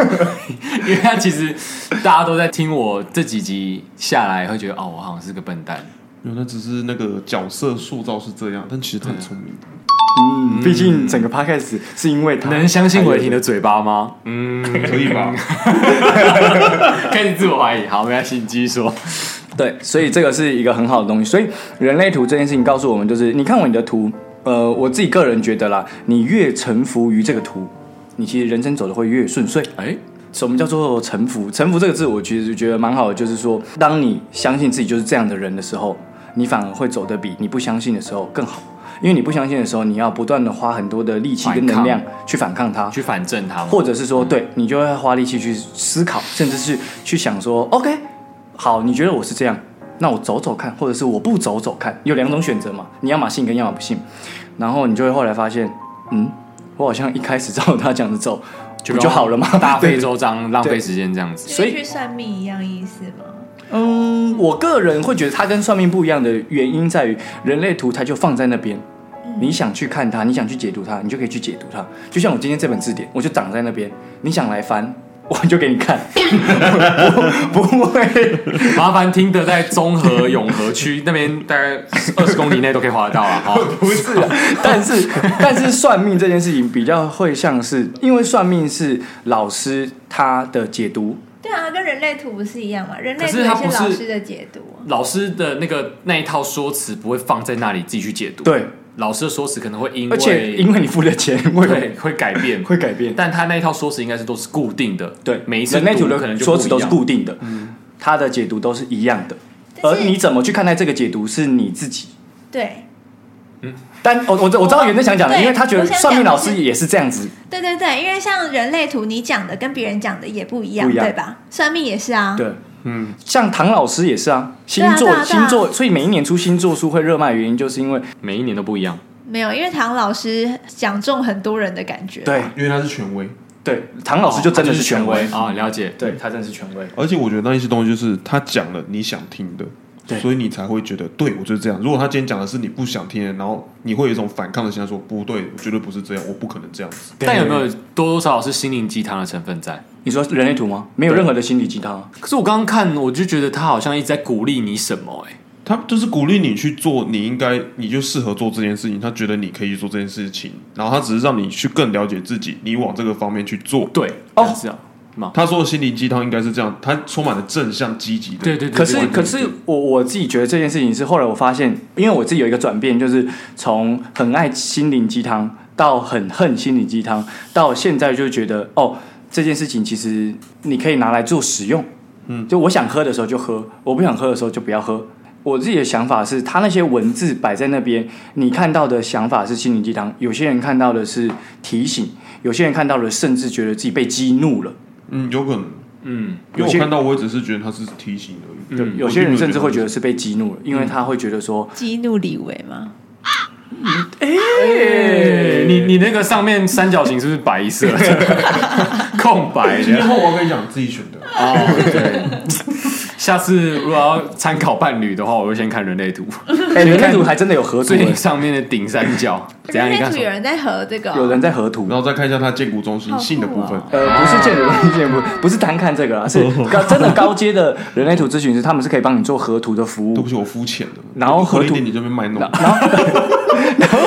Speaker 3: (laughs) 因为他其实大家都在听我这几集下来，会觉得哦，我好像是个笨蛋。
Speaker 2: (laughs) 没有，那只是那个角色塑造是这样，但其实他很聪明的。
Speaker 4: 嗯，毕竟整个 podcast 是因为他
Speaker 3: 能相信伟霆的嘴巴吗？
Speaker 2: 嗯，可以吧？
Speaker 3: 开始自我怀疑。好，没关系，你继续说。
Speaker 4: 对，所以这个是一个很好的东西。所以人类图这件事情告诉我们，就是你看完你的图，呃，我自己个人觉得啦，你越臣服于这个图，你其实人生走的会越顺遂。
Speaker 3: 哎，
Speaker 4: 什么叫做臣服？臣服这个字，我其实觉得蛮好的，就是说，当你相信自己就是这样的人的时候，你反而会走得比你不相信的时候更好。因为你不相信的时候，你要不断的花很多的力气跟能量
Speaker 3: 反
Speaker 4: 去反抗它，
Speaker 3: 去反正他吗？
Speaker 4: 啊或者是说，对你就会花力气去思考，甚至是去想说，OK，好，你觉得我是这样，那我走走看，或者是我不走走看，有两种选择嘛，你要么信跟要么不信，然后你就会后来发现，嗯，我好像一开始照他讲的走，不就好了吗？
Speaker 3: 大费
Speaker 4: 对
Speaker 3: 周章，浪费时间这样子。
Speaker 4: 所以
Speaker 1: 就跟去算命一样意思吗？
Speaker 4: 嗯，我个人会觉得它跟算命不一样的原因在于，人类图它就放在那边，你想去看它，你想去解读它，你就可以去解读它。就像我今天这本字典，我就长在那边，你想来翻， (laughs) 我就给你 (laughs) 看，我不会。
Speaker 3: (laughs) 麻烦听得在中和永和区那边，大概二十公里内都可以划得到啊。好，
Speaker 4: (laughs) 不是啊，但是但是算命这件事情比较会像是，因为算命是老师他的解读，
Speaker 1: 对啊，跟人类图不是一样嘛？人类
Speaker 3: 可
Speaker 1: 图
Speaker 3: 是
Speaker 1: 也
Speaker 3: 它不
Speaker 1: 是老
Speaker 3: 是
Speaker 1: 师的解读啊。
Speaker 3: 老师的那个那一套说辞不会放在那里自己去解读。
Speaker 4: 对，
Speaker 3: 老师的说辞可能会因为
Speaker 4: 而且因为你付了钱，会
Speaker 3: 对会改变，
Speaker 4: 会改变。
Speaker 3: 但他那一套说辞应该是都是固定的。
Speaker 4: 对，
Speaker 3: 每一次
Speaker 4: 人类图
Speaker 3: 读
Speaker 4: 的
Speaker 3: 可能就
Speaker 4: 说
Speaker 3: 不
Speaker 4: 辞
Speaker 3: 一
Speaker 4: 都是
Speaker 3: 样嗯
Speaker 4: 固定的，它的解读都是一样的，
Speaker 1: 但
Speaker 4: 而
Speaker 1: 是
Speaker 4: 你怎么去看待这个解读是你自己。
Speaker 1: 对
Speaker 4: 但我我我知道元正想讲的，
Speaker 1: 哦对
Speaker 4: 因为他觉得
Speaker 1: 我想讲
Speaker 4: 算命老师
Speaker 1: 的是
Speaker 4: 也是这样子，
Speaker 1: 对对对，因为像人类图，你讲的跟别人讲的也不一样，
Speaker 4: 不一样
Speaker 1: 对吧？算命也是啊。
Speaker 4: 对。
Speaker 2: 嗯，
Speaker 4: 像唐老师也是啊，星
Speaker 1: 对啊
Speaker 4: 座、
Speaker 1: 对啊对啊
Speaker 4: 星座，所以每一年出星座书会热卖，的原因就是因为
Speaker 3: 每一年都不一样。
Speaker 1: 没有，因为唐老师讲中很多人的感觉。
Speaker 4: 对
Speaker 2: 因为他是权威，
Speaker 4: 对，唐老师就真的是权威，
Speaker 3: 啊、哦了解。
Speaker 4: 对他真的是权威，
Speaker 2: 而且我觉得那一些东西就是他讲了你想听的。
Speaker 4: 对
Speaker 2: 所以你才会觉得对我就是这样。如果他今天讲的是你不想听的，然后你会有一种反抗的心态，说不对，我绝对不是这样，我不可能这样子。
Speaker 3: 但有没有多多少少是心灵鸡汤的成分在？
Speaker 4: 你说人类图吗？没有任何的心理鸡汤啊，
Speaker 3: 可是我刚刚看，我就觉得他好像一直在鼓励你什么、哎，
Speaker 2: 他就是鼓励你去做，你应该你就适合做这件事情。他觉得你可以做这件事情，然后他只是让你去更了解自己，你往这个方面去做。
Speaker 3: 对，
Speaker 4: 哦
Speaker 3: 是啊，嘛，
Speaker 2: 他说的心灵鸡汤应该是这样，他充满了正向积极的。
Speaker 3: 对对对。
Speaker 4: 可
Speaker 3: 对
Speaker 4: 是，
Speaker 3: 对
Speaker 4: 可是我我自己觉得这件事情是后来我发现，因为我自己有一个转变，就是从很爱心灵鸡汤到很恨心灵鸡汤，到现在就觉得哦，这件事情其实你可以拿来做使用。嗯，就我想喝的时候就喝，我不想喝的时候就不要喝。我自己的想法是，他那些文字摆在那边，你看到的想法是心灵鸡汤，有些人看到的是提醒，有些人看到的甚至觉得自己被激怒了。
Speaker 2: 嗯，有可能，
Speaker 3: 嗯，
Speaker 2: 因为
Speaker 4: 有
Speaker 2: 我
Speaker 4: 些
Speaker 2: 看到我也只是觉得他是提醒而已。
Speaker 4: 对，
Speaker 3: 嗯
Speaker 4: 有些人甚至会觉得是被激怒了，因为他会觉得说，
Speaker 1: 激怒李维吗？
Speaker 3: 哎你你那个上面三角形是不是白
Speaker 4: (laughs)
Speaker 3: 色？空白
Speaker 2: 今天
Speaker 3: 的
Speaker 2: 后我跟你讲，自己选的。
Speaker 3: 哦，对。下次如果要参考伴侣的话，我会先看人类
Speaker 4: (laughs)
Speaker 3: 图，
Speaker 4: 哎、人类图还真的有合图、
Speaker 3: 最
Speaker 4: 欸，
Speaker 3: 上面的顶三角。怎样？
Speaker 1: 人
Speaker 3: 你
Speaker 1: 类
Speaker 3: 看
Speaker 1: 图有
Speaker 3: 什么？
Speaker 1: 人在合这个哦、
Speaker 4: 有人在合图
Speaker 2: 然。后再看一下他建股中心
Speaker 1: 好酷
Speaker 2: 性的部分
Speaker 1: 哦，
Speaker 4: 呃，不是建筑东西建不，不是单看这个啦，啊是高真的高阶的人类图咨询师，他们是可以帮你做合图的服
Speaker 2: 对
Speaker 4: 务
Speaker 2: 不。起，我肤浅了。
Speaker 4: 然后
Speaker 2: 合
Speaker 4: 合
Speaker 2: 一
Speaker 4: 图
Speaker 2: 点，你就被卖弄。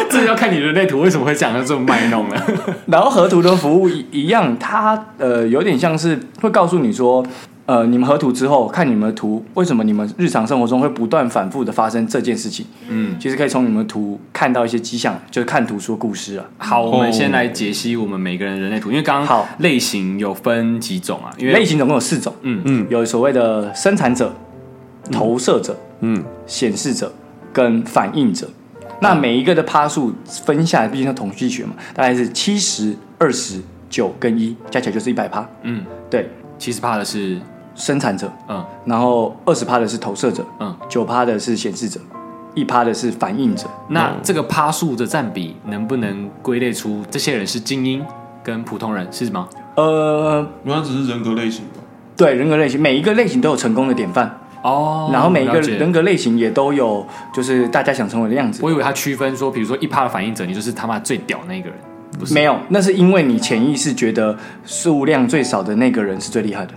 Speaker 3: 这要看你人类图为什么会讲的这么卖弄了。
Speaker 4: 然后合图的服务一一样，它呃有点像是会告诉你说，呃，你们合图之后，看你们的图，为什么你们日常生活中会不断反复的发生这件事情？
Speaker 3: 嗯，
Speaker 4: 其实可以从你们的图看到一些迹象，就是看图说故事 (laughs) 啊。
Speaker 3: 好，我们先来解析我们每个人人类图，因为刚刚
Speaker 4: 好
Speaker 3: 类型有分几种啊？因为
Speaker 4: 类型总共有四种，
Speaker 3: 嗯
Speaker 2: 嗯
Speaker 4: 有所谓的生产者、投射者、
Speaker 2: 嗯，
Speaker 4: 显示者跟反应者。那
Speaker 3: 嗯
Speaker 4: 每一个的趴数分下来，毕竟是统计学嘛，大概是七十、二十、九跟一，加起来就是一百趴。
Speaker 3: 嗯，
Speaker 4: 对，
Speaker 3: 七十趴的是
Speaker 4: 生产者，
Speaker 3: 嗯
Speaker 4: 然后二十趴的是投射者，
Speaker 3: 嗯，
Speaker 4: 九趴的是显示者，一趴的是反应者。
Speaker 3: 那这个趴数的占比能不能归类出这些人是精英跟普通人是吗？
Speaker 4: 呃，
Speaker 2: 因为它只是人格类型吧。
Speaker 4: 对，人格类型，每一个类型都有成功的典范，
Speaker 3: 哦，
Speaker 4: 然后每一个
Speaker 3: 了解
Speaker 4: 人格类型也都有就是大家想成为的样子。
Speaker 3: 我以为它区分说，比如说一趴的反应者，你就是他妈最屌那一个人，不是？
Speaker 4: 没有，那是因为你潜意识觉得数量最少的那个人是最厉害的。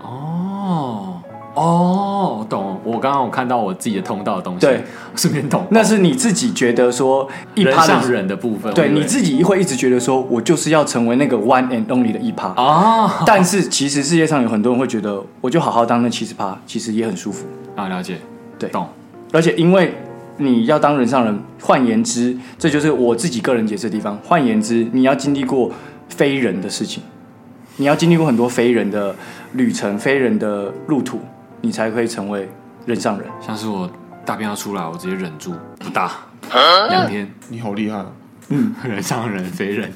Speaker 3: 哦哦，我懂了。我刚刚我看到我自己的通道的东西，
Speaker 4: 对，
Speaker 3: 顺便懂。
Speaker 4: 那是你自己觉得说一
Speaker 3: 人
Speaker 4: 趴
Speaker 3: 上
Speaker 4: 的，
Speaker 3: 人的部分，
Speaker 4: 对，
Speaker 3: 我以为
Speaker 4: 你自己会一直觉得说我就是要成为那个 one and only 的一趴。
Speaker 3: 哦
Speaker 4: 但是其实世界上有很多人会觉得，我就好好当那七十趴，其实也很舒服。
Speaker 3: 啊，了解，
Speaker 4: 对
Speaker 3: 懂。
Speaker 4: 而且因为你要当人上人，换言之，这就是我自己个人解释的地方。换言之，你要经历过非人的事情，你要经历过很多非人的旅程、非人的路途，你才可以成为人上人。
Speaker 3: 像是我大便要出来，我直接忍住不大，两天 (laughs)
Speaker 2: 你好厉害、啊，
Speaker 3: 人上人非人，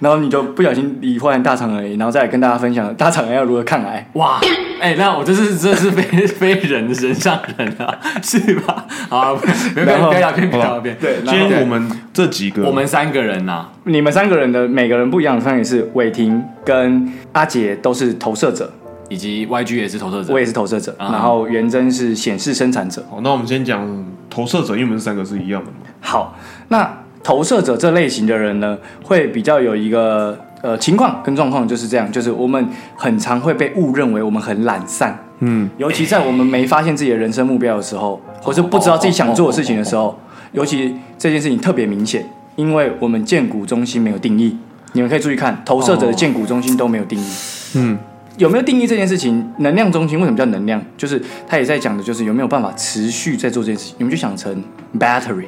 Speaker 4: 然后你就不小心罹患大肠癌，然后再来跟大家分享大肠癌要如何抗癌。
Speaker 3: 哇！哎、那我这是这是非 (laughs) 非人人上人啊， (laughs) 是吧？好啊，不要不
Speaker 4: 然
Speaker 3: 要
Speaker 4: 后
Speaker 3: 不要聊偏，不要聊偏。
Speaker 4: (laughs) 对，
Speaker 2: 今
Speaker 4: 然后
Speaker 2: 天我们这几个，
Speaker 3: 我们三个人呐、
Speaker 4: 你们三个人的每个人不一样的方也是伟霆跟阿杰都是投射者，
Speaker 3: 以及 YG 也是投射者，
Speaker 4: 我也是投射者，
Speaker 3: 啊
Speaker 4: 然后元真是显示生产者。
Speaker 2: 好，那我们先讲投射者，因为我们三个是一样的嘛。
Speaker 4: 好，那投射者这类型的人呢，会比较有一个呃情况跟状况就是这样，就是我们很常会被误认为我们很懒散，
Speaker 2: 嗯，
Speaker 4: 尤其在我们没发现自己的人生目标的时候，或是不知道自己想做的事情的时候，尤其这件事情特别明显，因为我们建股中心没有定义。你们可以注意看，投射者的建股中心都没有定义。
Speaker 2: 嗯，
Speaker 4: 有没有定义这件事情？能量中心为什么叫能量？就是他也在讲的，就是有没有办法持续在做这件事情。你们就想成 battery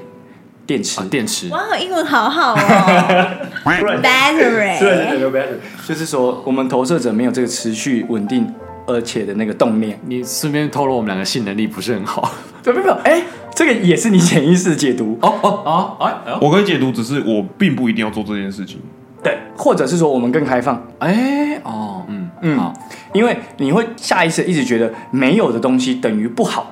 Speaker 4: 电池
Speaker 3: 啊，电池
Speaker 1: 哇，英文好好哦，battery，
Speaker 4: 就是说我们投射者没有这个持续稳定而且的那个动念。
Speaker 3: 你顺便透露我们两个性能力不是很好。
Speaker 4: 对，没有，哎，这个也是你潜意识的解读哦。
Speaker 3: 哦，哎
Speaker 2: 我可以解读，只是我并不一定要做这件事情。
Speaker 4: 对，或者是说我们更开放，
Speaker 3: 哎哦，嗯嗯，
Speaker 4: 嗯
Speaker 3: 好，
Speaker 4: 因为你会下意识一直觉得没有的东西等于不好，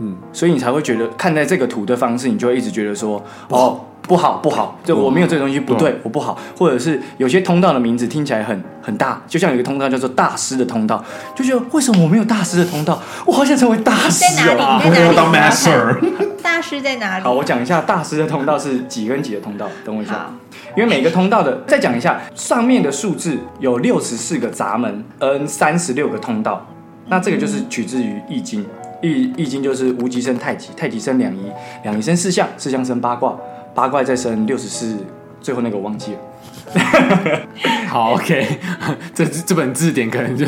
Speaker 2: 嗯，
Speaker 4: 所以你才会觉得看待这个图的方式，你就会一直觉得说哦不好嗯不好，就我没有这个东西不对，我不好，或者是有些通道的名字听起来很很大，就像有一个通道叫做大师的通道，就觉得为什么我没有大师的通道？我好想成为大师、
Speaker 1: 在哪
Speaker 4: 哦、
Speaker 1: 里？在
Speaker 2: 啊我
Speaker 1: 哪
Speaker 2: 要
Speaker 1: 里？
Speaker 2: 当
Speaker 1: 我要看
Speaker 2: master。
Speaker 1: (laughs) 大师在哪里
Speaker 4: 好，？我讲一下大师的通道是几跟几的通道，等我一下
Speaker 1: 好。
Speaker 4: 因为每个通道的，再讲一下，上面的数字有六十四个闸门，嗯，三十六个通道。那这个就是取自于《易经》，《易易经》就是无极生太极，太极生两仪，两仪生四象，四象生八卦，八卦再生六十四，最后那个我忘记了。
Speaker 3: 好，OK，这 (laughs) 这本字典可能就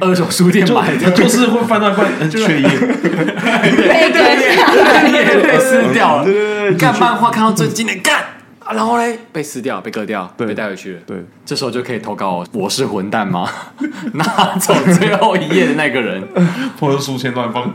Speaker 3: 二手书店买的，
Speaker 2: 哎就是会翻到一半
Speaker 1: (laughs)
Speaker 2: 缺一，
Speaker 1: 被割下
Speaker 3: 被撕掉了。
Speaker 4: 对对对
Speaker 3: 你看漫画看到最经典，干，啊然后嘞被撕掉，被割掉，
Speaker 2: 对
Speaker 3: 被带回去了。
Speaker 2: 对，
Speaker 3: 这时候就可以投稿我是混蛋吗？拿走最后一页的那个人。
Speaker 2: 或者书签乱放。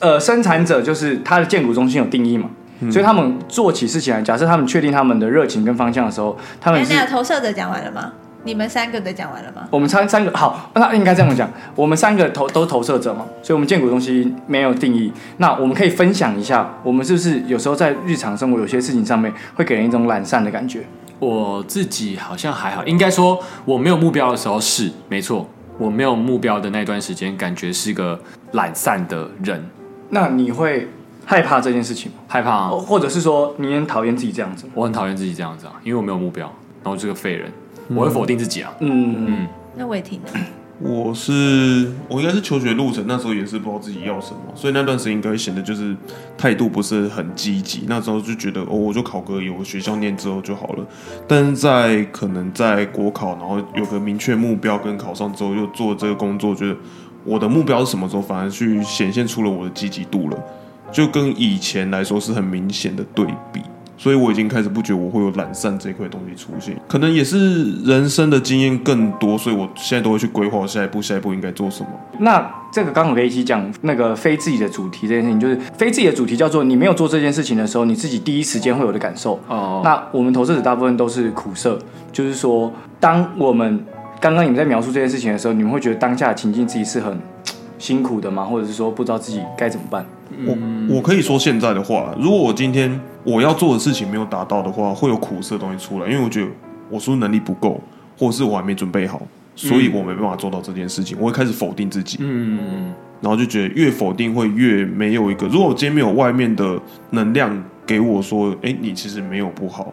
Speaker 4: 呃，生产者就是他的建股中心有定义嘛，所以他们做起事情来，假设他们确定他们的热情跟方向的时候，他
Speaker 1: 哎
Speaker 4: 们是
Speaker 1: 那投射者讲完了吗？你们三个的讲完了吗？
Speaker 4: 我们三三个好，那应该这样讲，我们三个投都投射者嘛，所以我们建股东西没有定义。那我们可以分享一下，我们是不是有时候在日常生活有些事情上面会给人一种懒散的感觉？
Speaker 3: 我自己好像还好，应该说我没有目标的时候是没错，我没有目标的那段时间，感觉是个懒散的人，
Speaker 4: 那你会害怕这件事情吗？
Speaker 3: 害怕、啊
Speaker 4: 哦，或者是说你很讨厌自己这样子吗？
Speaker 3: 我很讨厌自己这样子啊，因为我没有目标，然后我是个废人，我会否定自己啊。
Speaker 4: 嗯，
Speaker 3: 嗯，
Speaker 1: 那我也听了。
Speaker 2: 我是我应该是求学路程，那时候也是不知道自己要什么，所以那段时间应该显得就是态度不是很积极。那时候就觉得哦，我就考个有学校念之后就好了。但是在可能在国考，然后有个明确目标跟考上之后，又做这个工作，觉得我的目标是什么时候，反而去显现出了我的积极度了，就跟以前来说是很明显的对比。所以我已经开始不觉我会有懒散这一块东西出现，可能也是人生的经验更多，所以我现在都会去规划下一步，下一步应该做什么。
Speaker 4: 那这个刚好可以一起讲那个非自己的主题这件事情，就是非自己的主题叫做你没有做这件事情的时候，你自己第一时间会有的感受。
Speaker 3: 哦，
Speaker 4: 那我们投射者大部分都是苦涩，就是说，当我们刚刚你们在描述这件事情的时候，你们会觉得当下的情境自己是很辛苦的吗？或者是说不知道自己该怎么办？
Speaker 2: 我我可以说现在的话，如果我今天我要做的事情没有达到的话，会有苦涩的东西出来，因为我觉得我是不是能力不够，或者是我还没准备好，所以我没办法做到这件事情，我会开始否定自己。
Speaker 3: 嗯，
Speaker 2: 然后就觉得越否定会越没有一个。如果我今天没有外面的能量给我说，哎，你其实没有不好，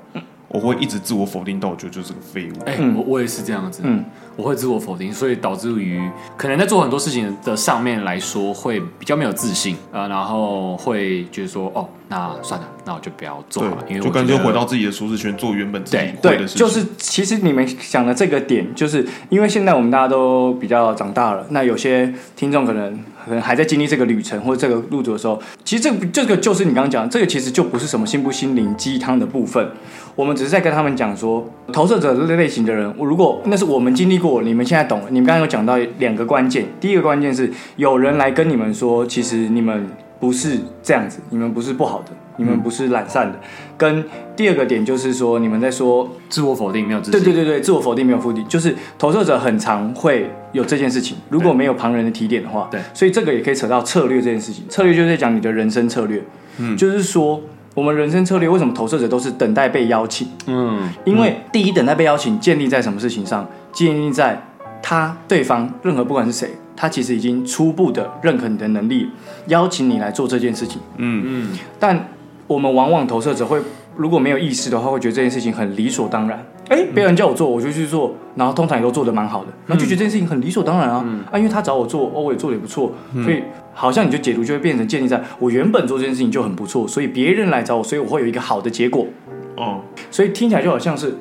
Speaker 2: 我会一直自我否定到我觉得就是个废物。
Speaker 3: 哎、
Speaker 4: 嗯
Speaker 3: 我我也是这样子，
Speaker 4: 嗯
Speaker 3: 我会自我否定，所以导致于可能在做很多事情的上面来说，会比较没有自信，呃，然后会觉得说，哦，那算了，那我就不要做
Speaker 2: 对
Speaker 3: 了，，因为
Speaker 2: 就
Speaker 3: 我觉
Speaker 2: 感
Speaker 3: 得
Speaker 2: 觉回到自己的舒适圈，做原本自己会
Speaker 4: 对，
Speaker 2: 的事情。
Speaker 4: 就是其实你们想的这个点，就是因为现在我们大家都比较长大了，那有些听众可能可能还在经历这个旅程或者这个路途的时候，其实这个这个就是你刚刚讲的，这个其实就不是什么心不心灵鸡汤的部分，我们只是在跟他们讲说，投射者类型的人，我如果那是我们经历过，你们现在懂了，你们刚刚有讲到两个关键，第一个关键是有人来跟你们说，其实你们不是这样子，你们不是不好的。你们不是懒散的，跟第二个点就是说，你们在说
Speaker 3: 自我否定没有自信，
Speaker 4: 对对对对，自我否定没有目的，就是投射者很常会有这件事情。如果没有旁人的提点的话，
Speaker 3: 对
Speaker 4: 所以这个也可以扯到策略这件事情。策略就是在讲你的人生策略，嗯，就是说我们人生策略为什么投射者都是等待被邀请？
Speaker 3: 嗯，
Speaker 4: 因为第一，等待被邀请建立在什么事情上？建立在他对方任何不管是谁，他其实已经初步的认可你的能力，邀请你来做这件事情。
Speaker 2: 嗯，
Speaker 4: 但我们往往投射者会如果没有意识的话，会觉得这件事情很理所当然。哎，别人叫我做，我就去做，然后通常也都做得蛮好的，然后就觉得这件事情很理所当然啊。啊，因为他找我做，哦，我也做得也不错，所以好像你就解读就会变成建立在我原本做这件事情就很不错，所以别人来找我，所以我会有一个好的结果。
Speaker 2: 哦，
Speaker 4: 所以听起来就好像是，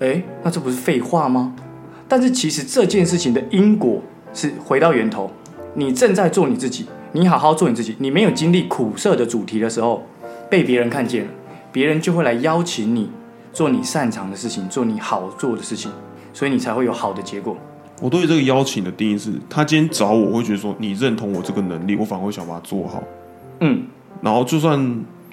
Speaker 4: 哎，那这不是废话吗？但是其实这件事情的因果是回到源头，你正在做你自己，你好好做你自己，你没有经历苦涩的主题的时候，被别人看见了，别人就会来邀请你做你擅长的事情，做你好做的事情，所以你才会有好的结果。
Speaker 2: 我对这个邀请的定义是，他今天找我，我会觉得说你认同我这个能力，我反而会想把它做好。
Speaker 4: 嗯，
Speaker 2: 然后就算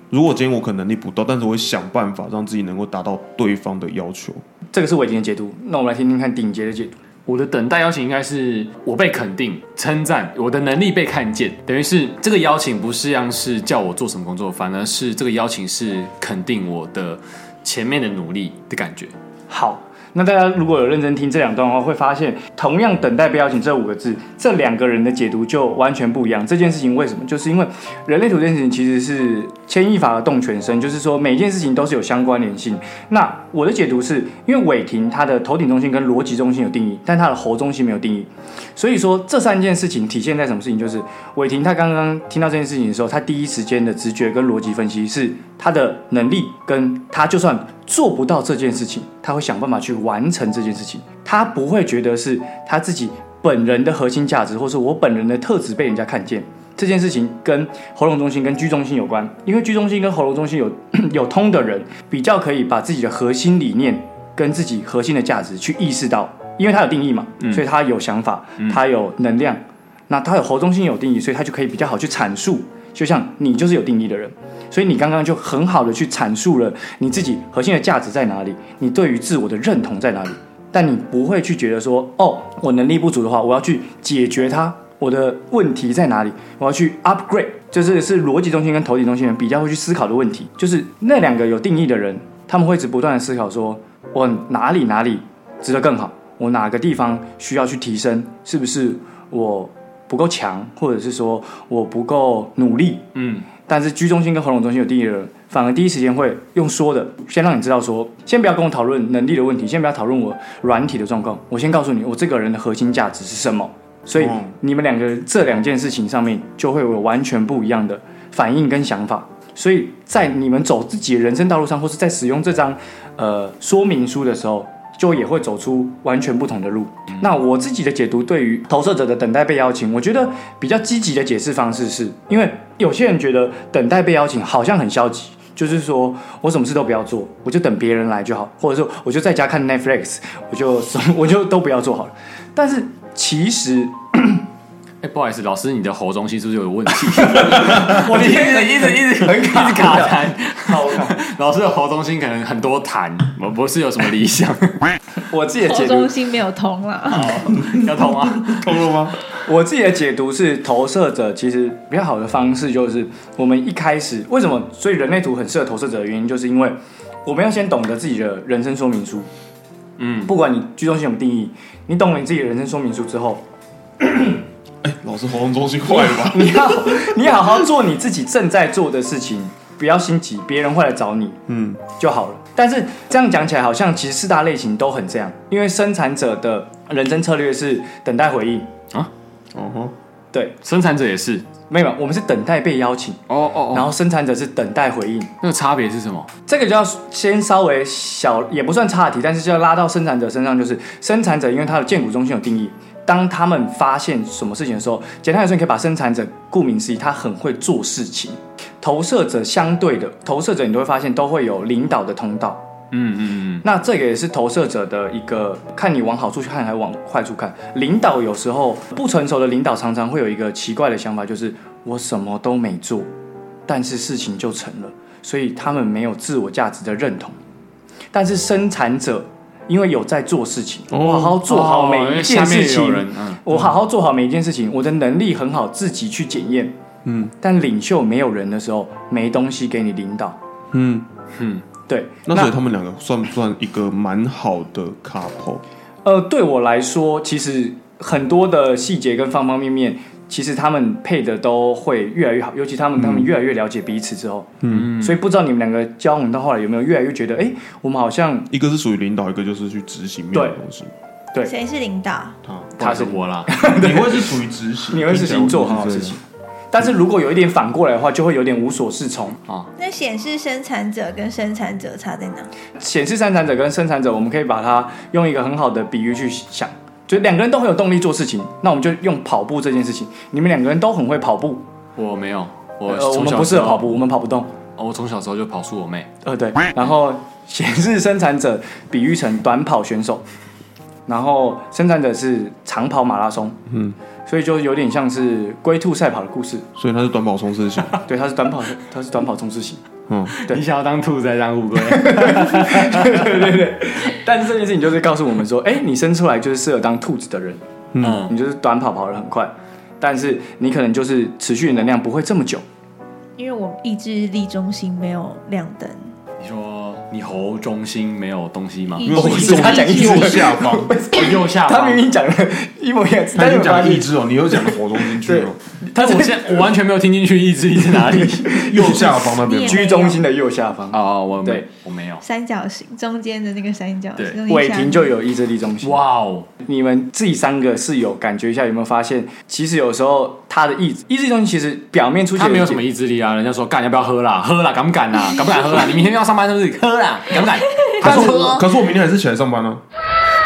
Speaker 2: 如果今天我可能能力不到，但是我会想办法让自己能够达到对方的要求。
Speaker 4: 这个是伟霆的解读，那我们来听听看顶杰的解读。
Speaker 3: 我的等待邀请应该是我被肯定、称赞，我的能力被看见，等于是这个邀请不是像是叫我做什么工作，反而是这个邀请是肯定我的前面的努力的感觉。
Speaker 4: 好，那大家如果有认真听这两段的话，会发现同样“等待被邀请”这五个字，这两个人的解读就完全不一样。这件事情为什么？就是因为人类图这件事情其实是牵一发而动全身，就是说每件事情都是有相关联性。那我的解读是因为伟霆他的头顶中心跟逻辑中心有定义，但他的喉中心没有定义，所以说这三件事情体现在什么事情？就是伟霆他刚刚听到这件事情的时候，他第一时间的直觉跟逻辑分析是他的能力跟他就算做不到这件事情，他会想办法去完成这件事情，他不会觉得是他自己本人的核心价值，或是我本人的特质被人家看见。这件事情跟喉咙中心、跟居中心有关，因为居中心跟喉咙中心有 (clears throat) 有通的人，比较可以把自己的核心理念跟自己核心的价值去意识到，因为他有定义嘛，所以他有想法，他有能量，那他有喉中心有定义，所以他就可以比较好去阐述。就像你就是有定义的人，所以你刚刚就很好的去阐述了你自己核心的价值在哪里，你对于自我的认同在哪里。但你不会去觉得说，哦，我能力不足的话，我要去解决它，我的问题在哪里，我要去 upgrade，就是是逻辑中心跟头顶中心人比较会去思考的问题，就是那两个有定义的人，他们会一直不断的思考说，我哪里哪里值得更好，我哪个地方需要去提升，是不是我不够强，或者是说我不够努力，
Speaker 3: 嗯，
Speaker 4: 但是居中心跟喉咙中心有定义的人，反而第一时间会用说的，先让你知道说，先不要跟我讨论能力的问题，先不要讨论我软体的状况，我先告诉你我这个人的核心价值是什么。所以
Speaker 2: 嗯
Speaker 4: 你们两个这两件事情上面就会有完全不一样的反应跟想法。所以在你们走自己的人生道路上，或是在使用这张呃说明书的时候，就也会走出完全不同的路。那我自己的解读对于投射者的等待被邀请，我觉得比较积极的解释方式是，因为有些人觉得等待被邀请好像很消极。就是说我什么事都不要做，我就等别人来就好，或者说我就在家看 Netflix，我就什么我就都不要做好了。但是其实
Speaker 3: 哎，不好意思，老师，你的喉中心是不是有问题？
Speaker 4: 我
Speaker 3: 一直一直一直
Speaker 4: 很卡
Speaker 3: 一直卡痰。
Speaker 4: 好，
Speaker 3: 老师的喉中心可能很多痰，不不是有什么理想， (laughs)
Speaker 4: 我自己的
Speaker 1: 喉
Speaker 4: (laughs) 解
Speaker 1: 哦中
Speaker 4: 读，
Speaker 1: 心没有通啦，
Speaker 3: 要痛啊！
Speaker 2: 通了吗？
Speaker 4: 我自己的解读是，投射者其实比较好的方式就是，我们一开始为什么所以人类图很适合投射者的原因，就是因为我们要先懂得自己的人生说明书。
Speaker 2: 嗯，
Speaker 4: 不管你居中心怎么定义，你懂了你自己的人生说明书之后，
Speaker 2: (laughs) 老师喉咙中心坏了吧？
Speaker 4: 你要你好好做你自己正在做的事情，不要心急，别人会来找你。
Speaker 2: (laughs) 嗯，
Speaker 4: 就好了。但是这样讲起来，好像其实四大类型都很这样，因为生产者的人生策略是等待回应，
Speaker 2: (laughs) 哦吼，
Speaker 4: 对，
Speaker 3: 生产者也是，
Speaker 4: 没有，我们是等待被邀请，
Speaker 3: 哦哦然
Speaker 4: 然
Speaker 3: 后
Speaker 4: 后生产者是等待回应。
Speaker 3: 那个差别是什么？
Speaker 4: 这个就要先稍微小，也不算差题，但是就要拉到生产者身上，就是生产者因为他的建股中心有定义。当他们发现什么事情的时候，简单来说，你可以把生产者顾名思义，他很会做事情。投射者相对的，投射者你都会发现都会有领导的通道，
Speaker 3: 嗯嗯
Speaker 4: 那这个也是投射者的一个，看你往好处去看，还是往坏处看。领导有时候不成熟的领导常常会有一个奇怪的想法，就是我什么都没做，但是事情就成了，所以他们没有自我价值的认同。但是生产者因为有在做事情，
Speaker 2: 哦
Speaker 4: 我好好
Speaker 3: 嗯，
Speaker 4: 做好每一件事
Speaker 3: 哦因为下面有
Speaker 4: 情，
Speaker 3: 人嗯，
Speaker 4: 我好好做好每一件事情，我的能力很好，自己去检验。
Speaker 2: 嗯
Speaker 4: 但领袖没有人的时候，没东西给你领导。
Speaker 2: 嗯，
Speaker 3: 嗯，
Speaker 4: 对，
Speaker 2: 那所以他们两个算不算一个蛮好的 couple？
Speaker 4: 呃，对我来说，其实很多的细节跟方方面面，其实他们配的都会越来越好，尤其他们、他们越来越了解彼此之后，嗯，所以不知道你们两个交往到后来有没有越来越觉得，哎，我们好像
Speaker 2: 一个是属于领导，一个就是去执行面的东西。
Speaker 4: (laughs) 对
Speaker 1: 谁是领导？
Speaker 2: 他
Speaker 3: 他是我 (laughs) 啦，
Speaker 2: (laughs) 你会是属于执行，
Speaker 4: 你会是行做很好的事情，但是如果有一点反过来的话，就会有点无所适从。
Speaker 3: 啊
Speaker 1: 那显示生产者跟生产者差在哪？
Speaker 4: 显示生产者跟生产者，我们可以把它用一个很好的比喻去想，就两个人都很有动力做事情，那我们就用跑步这件事情，你们两个人都很会跑步，
Speaker 3: 我没有，我
Speaker 4: 呃，我
Speaker 3: 从
Speaker 4: 们
Speaker 3: 小
Speaker 4: 不适
Speaker 3: 时
Speaker 4: 合
Speaker 3: 候
Speaker 4: 跑步，我们跑不动。
Speaker 3: 哦，我从小时候就跑输我妹，
Speaker 4: 呃，对，然后显示生产者比喻成短跑选手，然后生产者是长跑马拉松，
Speaker 2: 嗯，
Speaker 4: 所以就有点像是龟兔赛跑的故事。
Speaker 2: 所以他是短跑冲刺 (laughs) 型。
Speaker 4: 对，它是短跑，它是短跑冲刺型。
Speaker 2: 嗯，
Speaker 4: 对
Speaker 3: 你想要当兔子还是当乌
Speaker 4: (laughs)
Speaker 3: 龟？
Speaker 4: 但是这件事情就是告诉我们说，哎，你生出来就是适合当兔子的人，
Speaker 3: 嗯，
Speaker 2: 哦
Speaker 4: 你就是短跑跑得很快，但是你可能就是持续的能量不会这么久。
Speaker 1: 因为我意志力中心没有亮灯，
Speaker 3: 你说你喉中心没有东西吗？
Speaker 1: 意
Speaker 2: 不
Speaker 1: 志
Speaker 2: 是
Speaker 1: 力
Speaker 4: 他讲意志
Speaker 2: 右下
Speaker 4: (laughs)
Speaker 2: 方，
Speaker 3: 哦右下
Speaker 4: 他
Speaker 3: 方
Speaker 4: 明。明讲的一模一样，
Speaker 2: 他
Speaker 4: 但
Speaker 2: 啊已
Speaker 4: 是
Speaker 2: 经
Speaker 4: 我发
Speaker 2: 讲
Speaker 4: 现
Speaker 2: 意志哦，你又讲活动进去了，
Speaker 3: 但是我现在我完全没有听进去意志力在
Speaker 4: (laughs)
Speaker 3: 哪里。
Speaker 2: 右下方那边
Speaker 1: 你也
Speaker 4: 居中心的右下方，
Speaker 3: 哦，我没
Speaker 4: 对
Speaker 3: 我没有。
Speaker 1: 三角形中间的那个三角
Speaker 3: 对
Speaker 1: 形，
Speaker 4: 伟霆就有意志力中心。
Speaker 3: 哇哦，
Speaker 4: 你们自己三个室友感觉一下，有没有发现，其实有时候他的意志意志中心其实表面出现
Speaker 3: 他没有什么意志力啊，人家说干要不要喝啦， (laughs) 喝啦，敢不敢啦，敢不敢喝啦？你明天要上班是不是？喝啦，敢不 (laughs) 敢？
Speaker 2: 可是哦我可是我明天还是起来上班呢，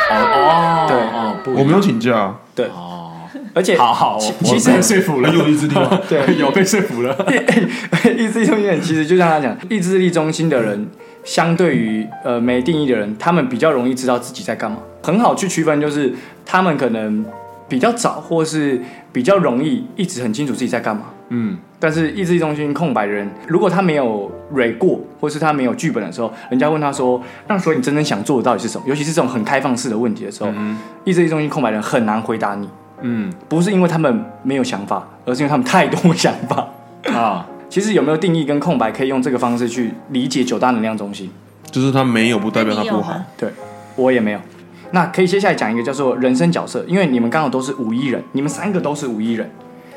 Speaker 3: 哦哦，
Speaker 4: 对
Speaker 3: 哦，不一样，
Speaker 2: 我没有请假啊。
Speaker 4: 对，
Speaker 3: 哦，
Speaker 4: 而且
Speaker 3: 好好，
Speaker 4: 其
Speaker 3: 我
Speaker 4: 其实
Speaker 3: 被说服了， (laughs) 有意志力吗？
Speaker 4: 对
Speaker 3: 有被说服了。
Speaker 4: (laughs) 意志力中心的人其实就像他讲，意志力中心的人，相对于呃没定义的人，他们比较容易知道自己在干嘛，很好去区分，就是他们可能比较早，或是比较容易一直很清楚自己在干嘛。
Speaker 3: 嗯，
Speaker 4: 但是意志力中心空白的人，如果他没有蕊过，或是他没有剧本的时候，人家问他说：“那所以你真正想做的到底是什么？”尤其是这种很开放式的问题的时候，意志力中心空白的人很难回答你。
Speaker 3: 嗯
Speaker 4: 不是因为他们没有想法，而是因为他们太多 (laughs) 想法。
Speaker 3: 啊，
Speaker 4: 其实有没有定义跟空白，可以用这个方式去理解九大能量中心。
Speaker 2: 就是他没有不啊代表他不好
Speaker 1: 吗？。
Speaker 4: 对我也没有。那可以接下来讲一个叫做人生角色，因为你们刚好都是五一人，你们三个都是五一人，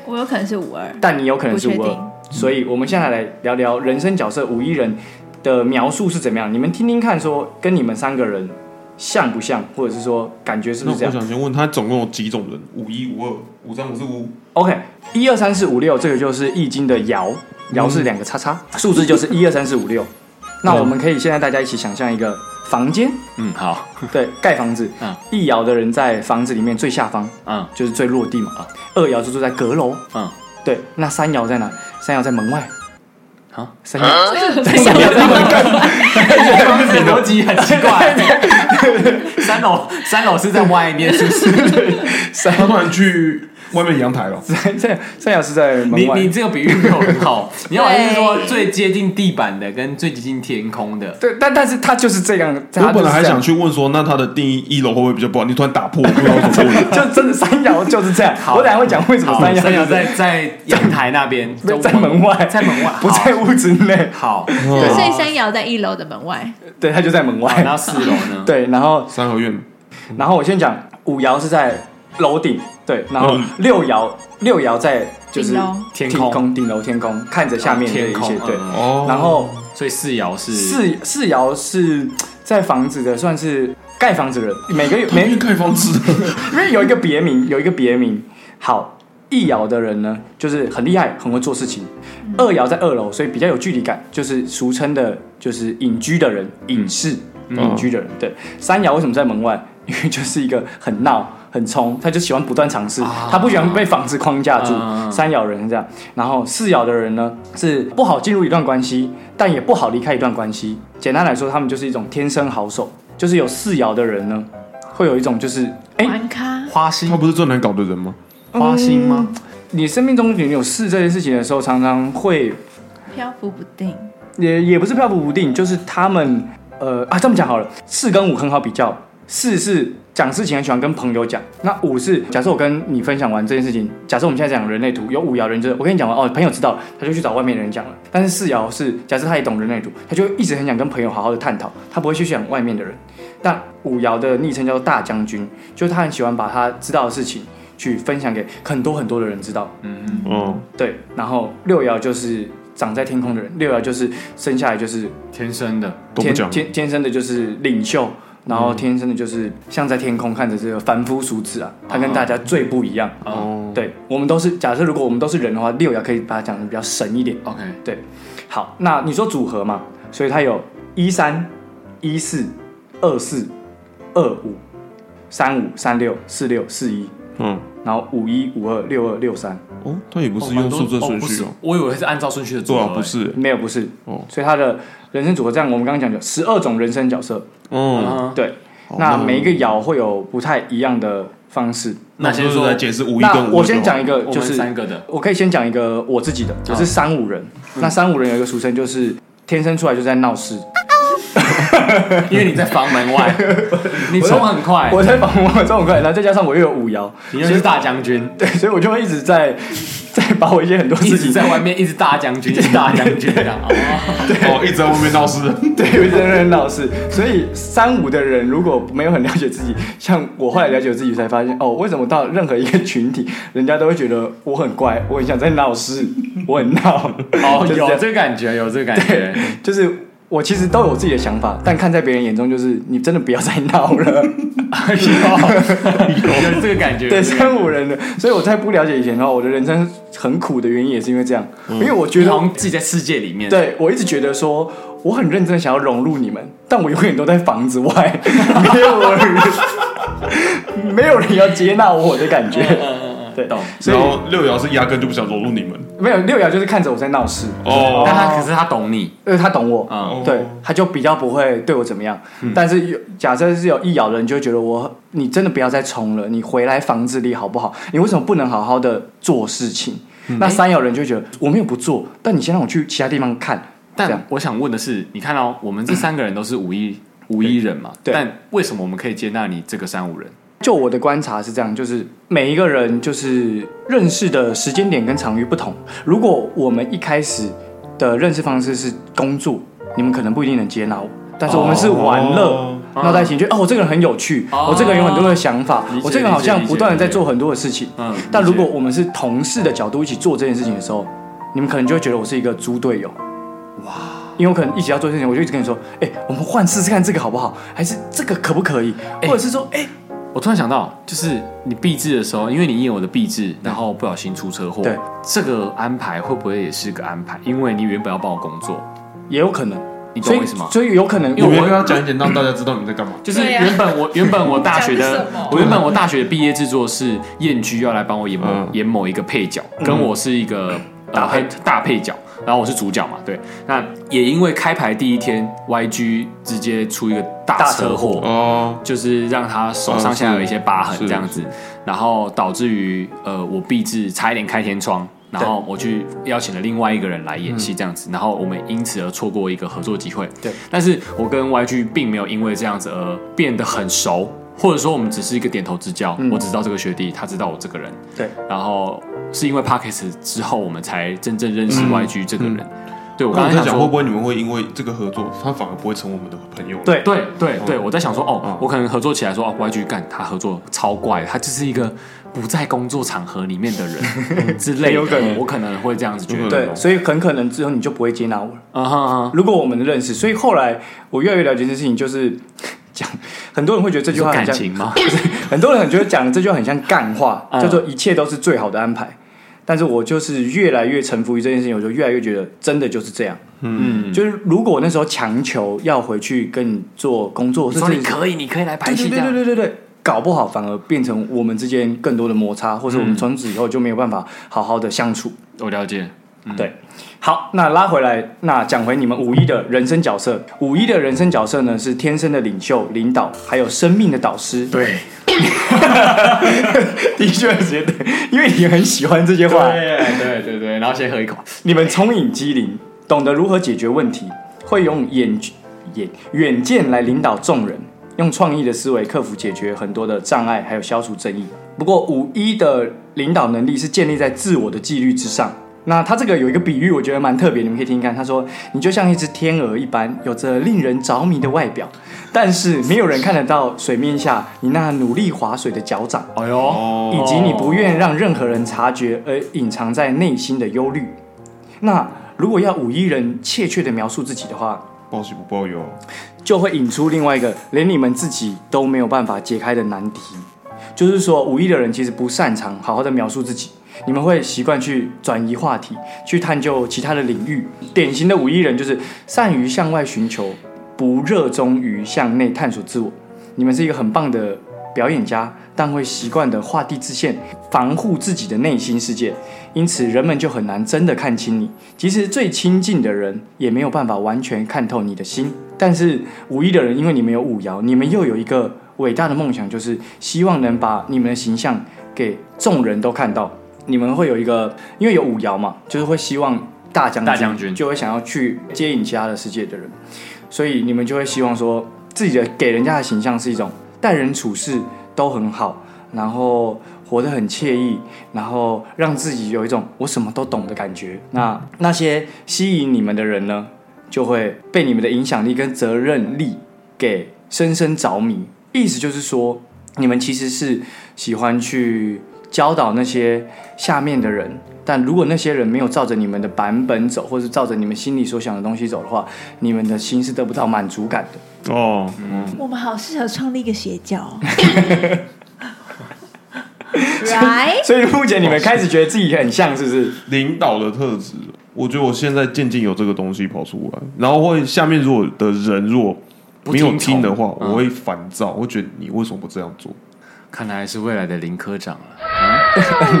Speaker 1: 我有可能是五二，
Speaker 4: 但你有可能
Speaker 1: 不
Speaker 4: 是
Speaker 1: 确
Speaker 4: 五
Speaker 1: 定
Speaker 4: 二，。所以我们现在来聊聊人生角色五一人的描述是怎么样，你们听听看，说跟你们三个人像不像，或者是说感觉是
Speaker 2: 那
Speaker 4: 不是这
Speaker 2: 我
Speaker 4: 样
Speaker 2: 想先问他总共有几种人？五一、五二、五三、五四、五五。
Speaker 4: ？OK，一二三四五六，这个就是易经的爻，爻是两个叉叉，数字就是一二三四五六。那我们可以现在大家一起想象一个房间，
Speaker 3: 嗯， (laughs) 好，
Speaker 4: 对，盖房子
Speaker 3: 嗯，
Speaker 4: 一爻的人在房子里面最下方
Speaker 3: 嗯
Speaker 4: 就是最落地嘛，二爻就住在阁楼，
Speaker 3: 嗯，
Speaker 4: 对，那三爻在哪？三爻在门外。
Speaker 3: 啊，
Speaker 4: (laughs) 三爻
Speaker 3: 三楼在门口，这逻辑很奇 (laughs) 怪。三楼，三楼是在外面，是不是？
Speaker 2: 他突然去外面阳台了，
Speaker 4: 三三三爻是在门
Speaker 3: 你
Speaker 4: 外。
Speaker 3: 你这个比喻没有很 (laughs) 好，你好像是说
Speaker 1: 对
Speaker 3: 最接近地板的跟最接近天空的。
Speaker 4: 对，但但是他就是这样，
Speaker 2: 我
Speaker 4: 他
Speaker 2: 本来还想
Speaker 4: 去，
Speaker 2: 去问说，那他的定义一楼会不会比较不好？你突然打破，我不知道怎么问。
Speaker 4: 就真的三爻就是这样。我等下会讲为什么
Speaker 3: 好
Speaker 4: 三爻
Speaker 3: 三爻在在阳台那边，
Speaker 4: 在门外，
Speaker 3: (laughs) 在门外，
Speaker 4: 不在屋子内。
Speaker 3: 好。好
Speaker 2: 哦
Speaker 1: 所以山瑶在一楼的门外，
Speaker 4: 对，他就在门
Speaker 3: 好，
Speaker 4: 外。
Speaker 3: 哦那四楼 (laughs) 呢？
Speaker 4: 对，然后
Speaker 2: (laughs) 三合院，
Speaker 4: 然后我先讲五爻是在楼顶，对，然后
Speaker 2: 嗯
Speaker 4: 六爻六爻在就是
Speaker 1: 顶楼
Speaker 3: 天
Speaker 4: 顶
Speaker 3: 空
Speaker 4: 空顶楼天空看着下面的
Speaker 3: 天
Speaker 4: 一
Speaker 3: 空
Speaker 4: 些，对。
Speaker 3: 嗯
Speaker 2: 哦
Speaker 4: 然后
Speaker 3: 所以四爻是
Speaker 4: 四四爻是在房子的，算是盖房子人，每个每
Speaker 2: 没盖房子，
Speaker 4: 因为有一个别名，有一个别名。好，一爻的人呢，就是很厉害，很会做事情。
Speaker 3: 嗯
Speaker 4: 二爻在二楼，所以比较有距离感，就是俗称的，就是隐居的人，隐士、隐居的人。对，三爻为什么在门外？因为就是一个很闹、很冲，他就喜欢不断尝试，
Speaker 3: 啊
Speaker 4: 他不喜欢被房子框架住。
Speaker 3: 嗯
Speaker 4: 三爻人是这样，然后四爻的人呢，是不好进入一段关系，但也不好离开一段关系。简单来说，他们就是一种天生好手。就是有四爻的人呢，会有一种就是，哎、
Speaker 1: 玩咖，
Speaker 3: 花
Speaker 2: 他
Speaker 3: 心，
Speaker 2: 不是最难搞的人吗？
Speaker 3: 花心吗？
Speaker 4: 嗯你生命中你有事这件事情的时候，常常会
Speaker 1: 漂浮不定，
Speaker 4: 也也不是漂浮不定，就是他们呃啊这么讲好了，四跟五很好比较，四是讲事情很喜欢跟朋友讲，那五是假设我跟你分享完这件事情，假设我们现在讲人类图有五爻人就是我跟你讲完哦，朋友知道了，他就去找外面的人讲了，但是四爻是假设他也懂人类图，他就一直很想跟朋友好好的探讨，他不会去想外面的人。但五爻的昵称叫做大将军，就是他很喜欢把他知道的事情去分享给很多很多的人知道。
Speaker 3: 嗯，
Speaker 2: 嗯，
Speaker 4: 对，然后六爻就是长在天空的人，六爻就是生下来就是
Speaker 3: 天生的，
Speaker 2: 都不
Speaker 4: 天
Speaker 2: 讲。嗯
Speaker 4: 天天生的就是领袖，然后天生的就是像在天空看着这个凡夫俗子啊，他跟大家最不一样。
Speaker 2: 哦，
Speaker 4: 对我们都是假设，如果我们都是人的话，六爻可以把它讲的比较神一点。
Speaker 3: OK，
Speaker 4: 好，那你说组合嘛，所以它有一三、一四、二四、二五、三五、三六、四六、四一，
Speaker 2: 嗯，
Speaker 4: 然后五一、五二、六二、六三，
Speaker 2: 哦，他也不是用数字顺序哦，，
Speaker 3: 哦不是我以为是按照顺序的欸
Speaker 2: 对
Speaker 3: 做，
Speaker 2: 啊，不是，
Speaker 4: 没有不是
Speaker 2: 哦，
Speaker 4: 所以他的人生组合这样，我们刚刚讲的十二种人生角色，
Speaker 3: 欸。
Speaker 2: 嗯，
Speaker 3: 嗯
Speaker 4: 对，
Speaker 2: 好
Speaker 4: 那每一个爻会有不太一样的方式。
Speaker 2: 那
Speaker 3: 那
Speaker 2: 先
Speaker 3: 先
Speaker 2: 说
Speaker 3: 说
Speaker 2: 来解释五一
Speaker 4: 那
Speaker 2: 跟五二
Speaker 4: 我
Speaker 2: 就
Speaker 4: 先
Speaker 2: 好
Speaker 4: 讲一个，
Speaker 3: 我
Speaker 4: 就
Speaker 3: 们
Speaker 4: 是
Speaker 3: 三个的，嗯
Speaker 4: 我可以先讲一个我自己的，我是三五人。那三五人有一个俗称，就是天生出来就在闹事。
Speaker 3: 因为你在房门 (laughs) 外，你冲很快，
Speaker 4: 我在房我这种快，然后再加上我又有五爻，
Speaker 3: 你又是大将军，
Speaker 4: 对，所以我就会一直在在把我一些很多
Speaker 3: 一
Speaker 4: 事
Speaker 3: 直
Speaker 4: 情，
Speaker 3: 在外面，一直大将军，一直大将军这样。 (laughs) 哦
Speaker 2: 哦，一直在外面闹事，
Speaker 4: (laughs) 对，我一直在那边闹事。所以三五的人如果没有很了解自己，像我后来了解我自己才发现，哦，为什么到任何一个群体，人家都会觉得我很怪，我很想在闹事，我很闹。
Speaker 3: 哦，
Speaker 4: 就是这
Speaker 3: 有
Speaker 4: 样
Speaker 3: 这个感觉，有这个感觉。
Speaker 4: 就是我其实都有自己的想法，但看在别人眼中，就是你真的不要再闹了。
Speaker 3: 哎呦 (laughs) 有这个感觉，
Speaker 4: 对，
Speaker 3: 有这个感
Speaker 4: 三五人的，所以我在不了解以前的话，我的人生很苦的原因也是因为这样，因为我
Speaker 3: 觉嗯
Speaker 4: 觉
Speaker 3: 你
Speaker 4: 得
Speaker 3: 好，像自己在世界里面。
Speaker 4: 对我一直觉得说我很认真地想要融入你们，但我永远都在房子外，没有人， (laughs) 没有人要接纳我的感觉。对，
Speaker 3: 嗯懂。
Speaker 4: 所
Speaker 2: 然
Speaker 4: 以
Speaker 2: 后六爻是压根就不想融入你们，
Speaker 4: 没有六爻就是看着我在闹事，
Speaker 2: 哦
Speaker 3: 但他可是他懂你，
Speaker 4: 因为他懂我，
Speaker 3: 嗯，
Speaker 4: 对，他就比较不会对我怎么样。但是有假设是有一咬人，就会觉得我你真的不要再冲了，你回来房子里好不好？你为什么不能好好的做事情？那三咬人就会觉得我没有不做，但你先让我去其他地方看。这样
Speaker 3: 但我想问的是，你看到、我们这三个人都是五一五一人嘛？
Speaker 4: 对
Speaker 3: 但为什么我们可以接纳你这个三五人？
Speaker 4: 就我的观察是这样，就是每一个人就是认识的时间点跟场域不同。如果我们一开始的认识方式是工作，你们可能不一定能接纳我。但是我们是玩乐，
Speaker 2: 哦
Speaker 4: 闹在一起，觉得哦，我这个人很有趣，
Speaker 3: 哦
Speaker 4: 我这个人有很多的想法
Speaker 3: 理解，
Speaker 4: 我这个人好像不断的在
Speaker 3: 理解理解
Speaker 4: 做很多的事情。
Speaker 3: 嗯，
Speaker 4: 但
Speaker 3: 理
Speaker 4: 如
Speaker 3: 解
Speaker 4: 果我们是同事的角度一起做这件事情的时候，你们可能就会觉得我是一个猪队友。因为我可能一起要做事情，我就一直跟你说，哎、我们换试试看这个好不好？还是这个可不可以？或者是说，哎、
Speaker 3: 我突然想到，就是你避制的时候，因为你也有我的避制，然后不小心出车祸，
Speaker 4: 对，
Speaker 3: 这个安排会不会也是个安排？因为你原本要帮我工作，
Speaker 4: 也有可能，
Speaker 3: 你
Speaker 4: 所
Speaker 3: 懂
Speaker 4: 以
Speaker 3: 我意思吗？
Speaker 4: 所以有可能，
Speaker 2: 你
Speaker 3: 因为
Speaker 2: 别
Speaker 3: 我
Speaker 2: 跟他讲一点，让大家知道你在干嘛。
Speaker 3: 就是
Speaker 5: 对啊
Speaker 3: 原本我原本我大学
Speaker 5: 讲
Speaker 3: 的
Speaker 5: 什么
Speaker 3: 我原本我大学的毕业制作是燕居要来帮我演某、
Speaker 2: 嗯
Speaker 3: 演某一个配角，跟我是一个、嗯大配大配角，然后我是主角嘛，对。那也因为开排第一天，YG 直接出一个大
Speaker 4: 大
Speaker 3: 车
Speaker 4: 车祸
Speaker 3: 祸，
Speaker 2: 哦，
Speaker 3: 就是让他手上下有一些疤
Speaker 4: 嗯
Speaker 3: 痕这样子，然后导致于呃我必至差一点开天窗，然后我去邀请了另外一个人来演戏这样子，然后我们因此而错过一个合作机会。
Speaker 4: 嗯对，
Speaker 3: 但是我跟 YG 并没有因为这样子而变得很熟，或者说我们只是一个点头之交，我只知道这个学弟，他知道我这个人，
Speaker 4: 嗯对，
Speaker 3: 然后是因为 Parkes 之后我们才真正认识
Speaker 4: 嗯
Speaker 3: YG 这个人。对我
Speaker 2: 我
Speaker 3: 刚
Speaker 2: 刚
Speaker 3: 才
Speaker 2: 才
Speaker 3: 想
Speaker 2: 讲，
Speaker 3: 说
Speaker 2: 会不会你们会因为这个合作，他反而不会成我们的朋友？
Speaker 4: 对，
Speaker 3: 对对对，
Speaker 2: 嗯
Speaker 3: 我在想说，哦
Speaker 2: 嗯，
Speaker 3: 我可能合作起来说，哦，YG 干他合作超怪，他就是一个不在工作场合里面的
Speaker 4: (laughs)
Speaker 3: 人之类
Speaker 4: 有
Speaker 3: 的，
Speaker 4: 可能
Speaker 3: 我可能会这样子觉得。
Speaker 2: 有可能
Speaker 4: 对，所以很可能之哦后你就不会接纳我了。
Speaker 3: 嗯哼哼，
Speaker 4: 如果我们的认识，所以后来我越来越了解这件事情，就是讲很多人会觉得这句
Speaker 3: 有
Speaker 4: 话很
Speaker 3: 感
Speaker 4: 像
Speaker 3: 情
Speaker 4: (laughs)
Speaker 3: 吗？
Speaker 4: 很多人觉得讲这句话很像干话，
Speaker 3: 嗯
Speaker 4: 叫做一切都是最好的安排。但是我就是越来越臣服于这件事情，我就越来越觉得真的就是这样。
Speaker 3: 嗯，
Speaker 4: 就是如果我那时候强求要回去跟你做工作，
Speaker 3: 你
Speaker 4: 甚
Speaker 3: 说
Speaker 4: 至
Speaker 3: 你可以，你可以来拍
Speaker 4: 对对
Speaker 3: 戏这
Speaker 4: 对
Speaker 3: 样
Speaker 4: 对。对对对，搞不好反而变成我们之间更多的摩擦，或者我们从此以后就没有办法好好的相处。
Speaker 3: 我了解，
Speaker 4: 对，好，那拉回来，那讲回你们五一的人生角色。五一的人生角色呢，是天生的领袖、领导，还有生命的导师。
Speaker 3: 对，
Speaker 4: (laughs)
Speaker 3: (laughs)
Speaker 4: 的确觉得，因为你很喜欢这 (laughs) 些话，
Speaker 3: 对对对，然后先喝一口。
Speaker 4: 你们聪颖机灵，懂得如何解决问题，会用眼眼远见来领导众人，用创意的思维克服解决很多的障碍，还有消除争议。不过五一的领导能力是建立在自我的纪律之上。那他这个有一个比喻，我觉得蛮特别，你们可以听听看。他说：“你就像一只天鹅一般，有着令人着迷的外表，但是没有人看得到水面下你那努力划水的脚掌。”
Speaker 3: 哎
Speaker 2: 哦
Speaker 3: 呦，
Speaker 4: 以及你不愿让任何人察觉而隐藏在内心的忧虑。那如果要五一人切确的描述自己的话，
Speaker 2: 报喜不报忧，
Speaker 4: 就会引出另外一个连你们自己都没有办法解开的难题，就是说五一的人其实不擅长好好的描述自己，你们会习惯去转移话题，去探究其他的领域。典型的五一人就是善于向外寻求，不热衷于向内探索自我。你们是一个很棒的表演家，但会习惯的画地自限，防护自己的内心世界，因此人们就很难真的看清你。即使最亲近的人，也没有办法完全看透你的心。但是五一的人，因为你们有五爻，你们又有一个伟大的梦想，就是希望能把你们的形象给众人都看到。你们会有一个，因为有五爻嘛，就是会希望大将
Speaker 3: 大将军
Speaker 4: 就会想要去接引其他的世界的人，所以你们就会希望说自己的给人家的形象是一种待人处事都很好，然后活得很惬意，然后让自己有一种我什么都懂的感觉。那那些吸引你们的人呢，就会被你们的影响力跟责任力给深深着迷。意思就是说，你们其实是喜欢去教导那些下面的人，但如果那些人没有照着你们的版本走，或是照着你们心里所想的东西走的话，你们的心是得不到满足感的。
Speaker 2: 哦，嗯，
Speaker 1: 我们好适合创立一个邪教 (laughs) 哦。right，
Speaker 4: 所以目前你们开始觉得自己很像，是不是？
Speaker 2: 领导的特质，我觉得我现在渐渐有这个东西跑出来，然后会下面如果的人如果没有听的话
Speaker 3: 不听，从嗯
Speaker 2: 我会烦躁，我会觉得你为什么不这样做？
Speaker 3: 看来是未来的林科长了。
Speaker 1: 那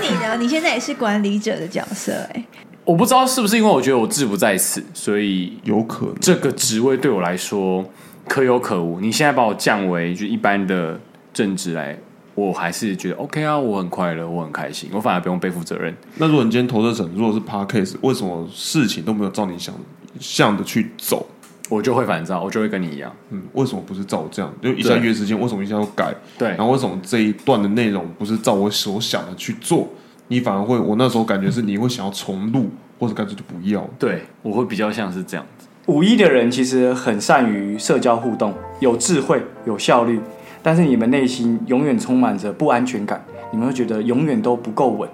Speaker 1: 你呢？你现在也是管理者的角色哎、
Speaker 3: 我不知道是不是因为我觉得我志不在此，所以
Speaker 2: 有可能，
Speaker 3: 这个职位对我来说可有可无。你现在把我降为就一般的正职来，我还是觉得 OK 啊，我很快乐，我很开心，我反而不用背负责任。
Speaker 2: 那如果你今天投射成如果是 p a r k a s 为什么事情都没有照你想想的去走？
Speaker 3: 我就会烦躁，我就会跟你一样。
Speaker 2: 嗯，为什么不是照这样？就一下
Speaker 3: 对
Speaker 2: 约时间，为什么一下要改？
Speaker 3: 对
Speaker 2: 然，后为什么这一段的内容不是照我所想的去做？你反而会，我那时候感觉是你会想要重录，或者干脆就不要。
Speaker 3: 对，我会比较像是这样子。
Speaker 4: 五一的人其实很善于社交互动，有智慧，有效率，但是你们内心永远充满着不安全感，你们会觉得永远都不够稳，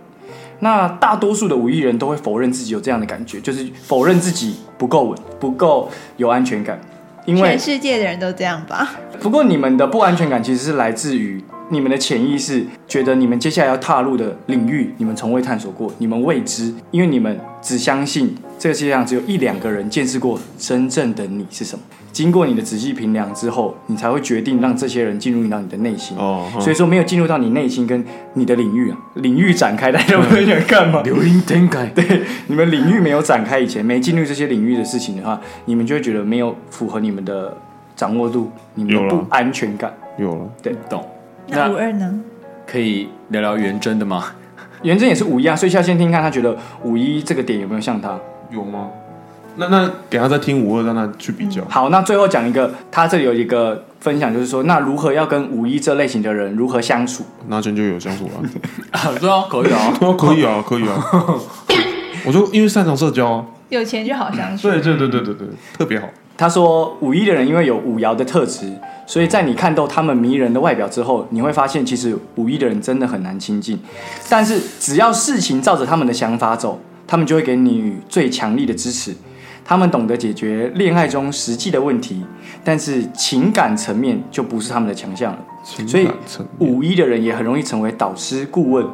Speaker 4: 那大多数的五亿人都会否认自己有这样的感觉，就是否认自己不够稳，不够有安全感，因为
Speaker 1: 全世界的人都这样吧？
Speaker 4: 不过你们的不安全感其实是来自于你们的潜意识，觉得你们接下来要踏入的领域，你们从未探索过，你们未知，因为你们只相信这个世界上只有一两个人见识过真正的你是什么。经过你的仔细评量之后，你才会决定让这些人进入到你的内心。
Speaker 2: 哦，哼
Speaker 4: 所以说，没有进入到你内心跟你的领域啊，领域展开，大家不会想干嘛？
Speaker 3: 流云天改，
Speaker 4: (laughs) 对，你们领域没有展开以前，没进入这些领域的事情的话，你们就会觉得没有符合你们的掌握度，你们
Speaker 2: 有
Speaker 4: 的
Speaker 2: 了
Speaker 4: 不安全感。
Speaker 2: 有了，
Speaker 3: 懂？
Speaker 1: 那五二呢？
Speaker 3: 可以聊聊元真的吗？ (laughs)
Speaker 4: 元真也是五一啊，所以要先听看他觉得五一这个点有没有像他。
Speaker 2: 有吗？嗯那那给他再听五二，让他去比较。
Speaker 4: 好，那最后讲一个，他这里有一个分享，就是说，那如何要跟五一这类型的人如何相处？
Speaker 2: 那圈就有相处了。
Speaker 3: 啊，对啊，口语啊，
Speaker 2: 哦， (laughs) 可以啊，可 (laughs) 以啊。我就因为擅长社交啊，
Speaker 1: 有钱就好相处。
Speaker 2: 对对对对对对，特别好。
Speaker 4: 他说，五一的人因为有五爻的特质，所以在你看到他们迷人的外表之后，你会发现其实五一的人真的很难亲近。但是只要事情照着他们的想法走，他们就会给你最强力的支持。他们懂得解决恋爱中实际的问题，但是情感层面就不是他们的强项了。所以
Speaker 2: 情感层面
Speaker 4: 五一的人也很容易成为导师、顾问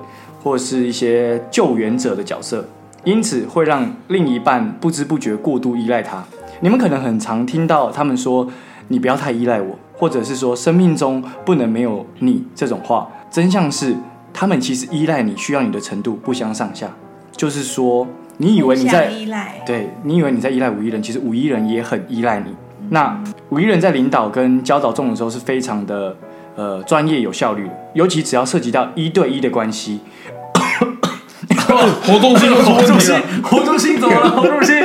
Speaker 4: 或是一些救援者的角色，因此会让另一半不知不觉过度依赖他。你们可能很常听到他们说：“你不要太依赖我”，或者是说“生命中不能没有你”这种话。真相是，他们其实依赖你、需要你的程度不相上下。就是说，你以为你在
Speaker 1: 互相依赖，
Speaker 4: 对你以为你在依赖五一人，其实五一人也很依赖你。那五一人在领导跟教导众人的时候是非常的呃专业有效率的，尤其只要涉及到一对一的关系，
Speaker 2: 活动性有什么问题
Speaker 4: (laughs)
Speaker 2: 啊？
Speaker 3: 侯忠信怎么了？侯忠信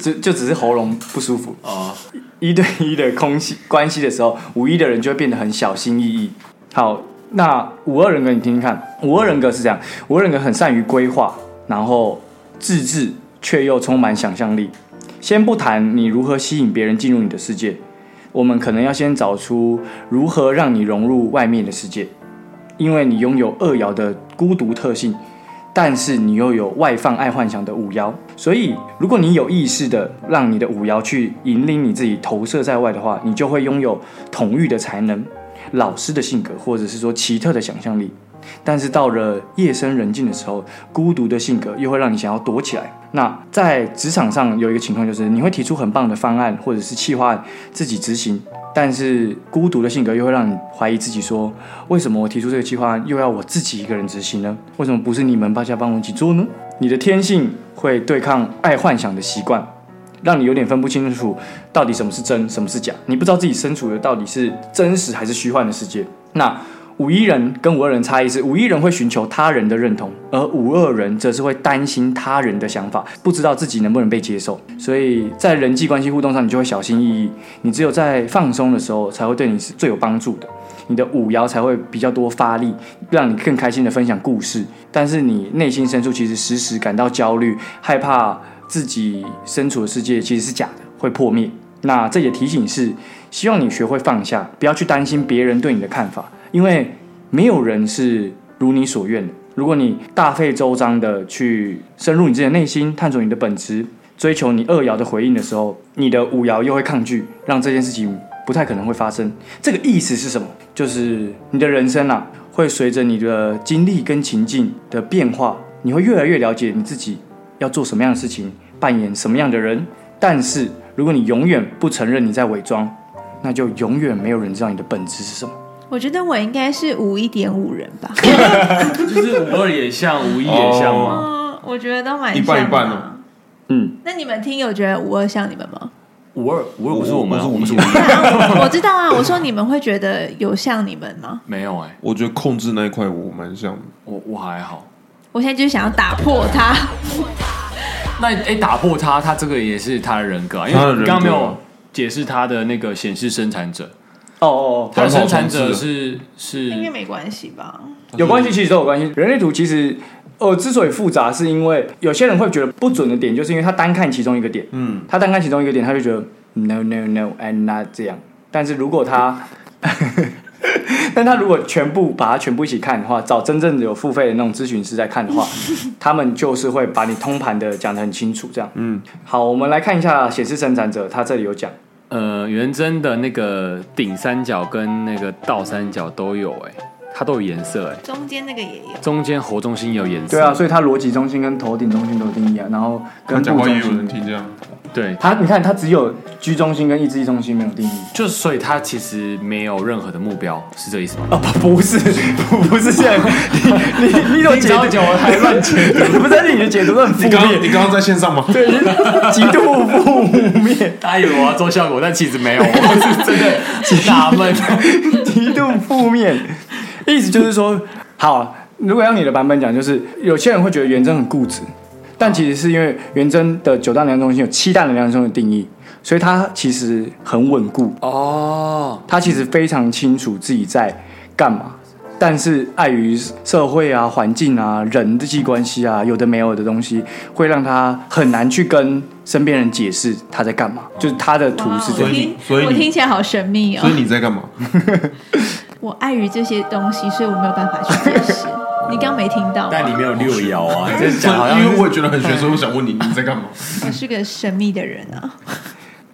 Speaker 4: 就就只是喉咙不舒服。
Speaker 3: 啊，
Speaker 4: 一对一的空系 (laughs) 关系的时候，五一的人就会变得很小心翼翼。好，那五二人格你听听看，五二人格是这样，五二人格很善于规划，然后自制却又充满想象力。先不谈你如何吸引别人进入你的世界，我们可能要先找出如何让你融入外面的世界，因为你拥有二爻的孤独特性，但是你又有外放爱幻想的五爻，所以如果你有意识的让你的五爻去引领你自己投射在外的话，你就会拥有统御的才能、老师的性格，或者是说奇特的想象力。但是到了夜深人静的时候，孤独的性格又会让你想要躲起来。那在职场上有一个情况就是，你会提出很棒的方案或者是企划案自己执行，但是孤独的性格又会让你怀疑自己说，为什么我提出这个计划案又要我自己一个人执行呢？为什么不是你们大家帮我一起做呢？你的天性会对抗爱幻想的习惯，让你有点分不清楚到底什么是真，什么是假。你不知道自己身处的到底是真实还是虚幻的世界。那五一人跟五二人差异是，五一人会寻求他人的认同，而五二人则是会担心他人的想法，不知道自己能不能被接受。所以在人际关系互动上，你就会小心翼翼。你只有在放松的时候，才会对你是最有帮助的。你的五爻才会比较多发力，让你更开心的分享故事。但是你内心深处其实时时感到焦虑，害怕自己身处的世界其实是假的，会破灭。那这也提醒是，希望你学会放下，不要去担心别人对你的看法，因为没有人是如你所愿的。如果你大费周章的去深入你自己的内心，探索你的本质，追求你二爻的回应的时候，你的五爻又会抗拒，让这件事情不太可能会发生。这个意思是什么？就是你的人生啊，会随着你的经历跟情境的变化，你会越来越了解你自己要做什么样的事情，扮演什么样的人。但是如果你永远不承认你在伪装，那就永远没有人知道你的本质是什么。
Speaker 1: 我觉得我应该是五一点五人
Speaker 4: (laughs)
Speaker 1: 吧。
Speaker 4: 嗯
Speaker 3: 就是五二也像，五一
Speaker 2: 也像吗？
Speaker 1: 嗯，我觉得都蛮
Speaker 2: 一半
Speaker 1: 像
Speaker 2: 一半
Speaker 1: 的
Speaker 2: 哦
Speaker 4: 嗯，
Speaker 1: 那你们听友觉得五二像你们
Speaker 4: (laughs)
Speaker 1: 吗？
Speaker 3: 五二五二不是我们啊，
Speaker 2: 我
Speaker 3: 我
Speaker 2: 我
Speaker 3: 们
Speaker 2: 是
Speaker 3: 是
Speaker 2: 五
Speaker 3: 五
Speaker 2: 一
Speaker 3: 一，
Speaker 1: 我知道啊，我说你们会觉得有像你们吗？
Speaker 3: 没有哎，
Speaker 2: 我觉得控制那一块我蛮像的，
Speaker 3: 我我还好。
Speaker 1: 我现在就是想要打破它。
Speaker 3: 那哎，打破他，他这个也是他的人格啊，因
Speaker 2: 他的人格
Speaker 3: 为你刚刚没有解释他的那个显示生产者，
Speaker 4: 哦哦
Speaker 3: 他的生产
Speaker 2: 他
Speaker 3: 者
Speaker 2: 是啊好
Speaker 3: 是是
Speaker 1: 应该没关系吧？
Speaker 4: 哦，有关系，其实都有关系。人类图其实。呃，之所以复杂，是因为有些人会觉得不准的点，就是因为他单看其中一个点，
Speaker 2: 嗯，
Speaker 4: 他单看其中一个点，他就觉得 no no no，I'm not 这样。但是如果他 (laughs) 但他如果全部把它全部一起看的话，找真正有付费的那种咨询师在看的话，他们就是会把你通盘的讲得很清楚。这样，嗯，好，我们来看一下显示生产者，他这里有讲，
Speaker 3: 呃，元真的那个顶三角跟那个倒三角都有、欸，哎，它都有颜色、欸，哎，
Speaker 1: 中间那个也有，
Speaker 3: 中间喉中心也有颜色，
Speaker 4: 对啊，所以他逻辑中心跟头顶中心都有定义啊，然后跟
Speaker 2: 他讲
Speaker 4: 部
Speaker 2: 话也
Speaker 4: 中
Speaker 2: 有人
Speaker 4: 心，
Speaker 2: 听这样，
Speaker 3: 对，
Speaker 4: 他你看他只有居中心跟意志力中心没有定义。
Speaker 3: 就所以它其实没有任何的目标，是这个意思吗？
Speaker 4: 啊，
Speaker 2: 哦
Speaker 4: 不不是，不不是这样，你你你有
Speaker 3: 你
Speaker 4: 解
Speaker 3: 只要
Speaker 4: 读，
Speaker 3: 讲我还乱
Speaker 4: 解读，不是你的解读都很负
Speaker 2: 你刚
Speaker 4: 面，
Speaker 2: 你刚刚在线上吗？
Speaker 4: 对，极度负面，
Speaker 3: 大家以为我要做效果，但其实没有，我是
Speaker 2: (laughs)
Speaker 3: 真的纳闷。
Speaker 4: 极度负面，意思就是说，好，如果要你的版本讲，就是有些人会觉得元真很固执，但其实是因为元真的九大能量中心有七大能量中心的定义，所以他其实很稳固，
Speaker 3: 哦，
Speaker 4: 他其实非常清楚自己在干嘛，但是碍于社会啊、环境啊、人际关系啊，有的没有的东西，会让他很难去跟身边人解释他在干嘛。就是他的图是这
Speaker 1: 哦我
Speaker 2: 所以
Speaker 4: 样，
Speaker 2: 你
Speaker 1: 听
Speaker 2: 所以
Speaker 1: 我
Speaker 2: 你
Speaker 1: 听起来好神秘哦
Speaker 2: 所以。你在干嘛？
Speaker 1: 我碍于这些东西，所以我没有办法去解释。你刚没听到吗？啊
Speaker 3: 但你没有六爻啊，你这
Speaker 2: 所
Speaker 3: 讲好像
Speaker 2: 以因为我也觉得很玄，所以我想问你你在干
Speaker 3: (laughs)
Speaker 2: 嘛？
Speaker 1: 我是个神秘的人啊，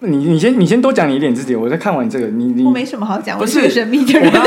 Speaker 4: 你你先你先多讲你一点自己，我再看完你这个，你你
Speaker 1: 我没什么好讲，我
Speaker 3: 不是
Speaker 1: 是个神秘的人。
Speaker 3: (laughs)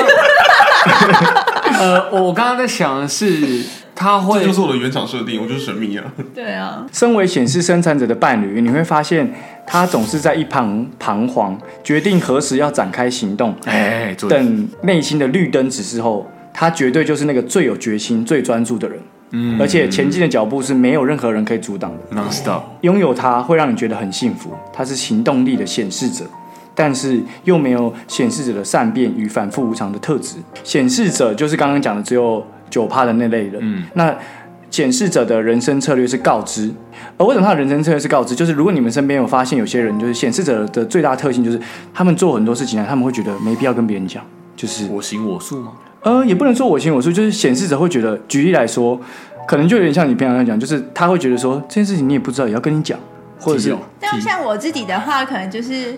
Speaker 3: 呃，我刚刚在想的是，他
Speaker 2: 这
Speaker 3: 会
Speaker 2: 就是我的原厂设定，我就是神秘啊。
Speaker 1: 对啊，
Speaker 4: 身为显示生产者的伴侣，你会发现他总是在一旁彷徨，决定何时要展开行动。
Speaker 3: 哎，做
Speaker 4: 等内心的绿灯指示后，他绝对就是那个最有决心、最专注的人。嗯，而且前进的脚步是没有任何人可以阻挡的。
Speaker 3: non stop，
Speaker 4: 拥有它会让你觉得很幸福，它是行动力的显示者，但是又没有显示者的善变与反复无常的特质。显示者就是刚刚讲的只有九趴的那类人。嗯，那显示者的人生策略是告知，而为什么他的人生策略是告知？就是如果你们身边有发现有些人，就是显示者的最大特性就是他们做很多事情啊，他们会觉得没必要跟别人讲，就是
Speaker 3: 我行我素吗？
Speaker 4: 呃，也不能说我行我素，就是显示者会觉得，举例来说，可能就有点像你平常在讲，就是他会觉得说这件事情你也不知道，也要跟你讲，或者
Speaker 3: 踢
Speaker 4: 是
Speaker 3: 脚
Speaker 1: 但像我自己的话，可能就是，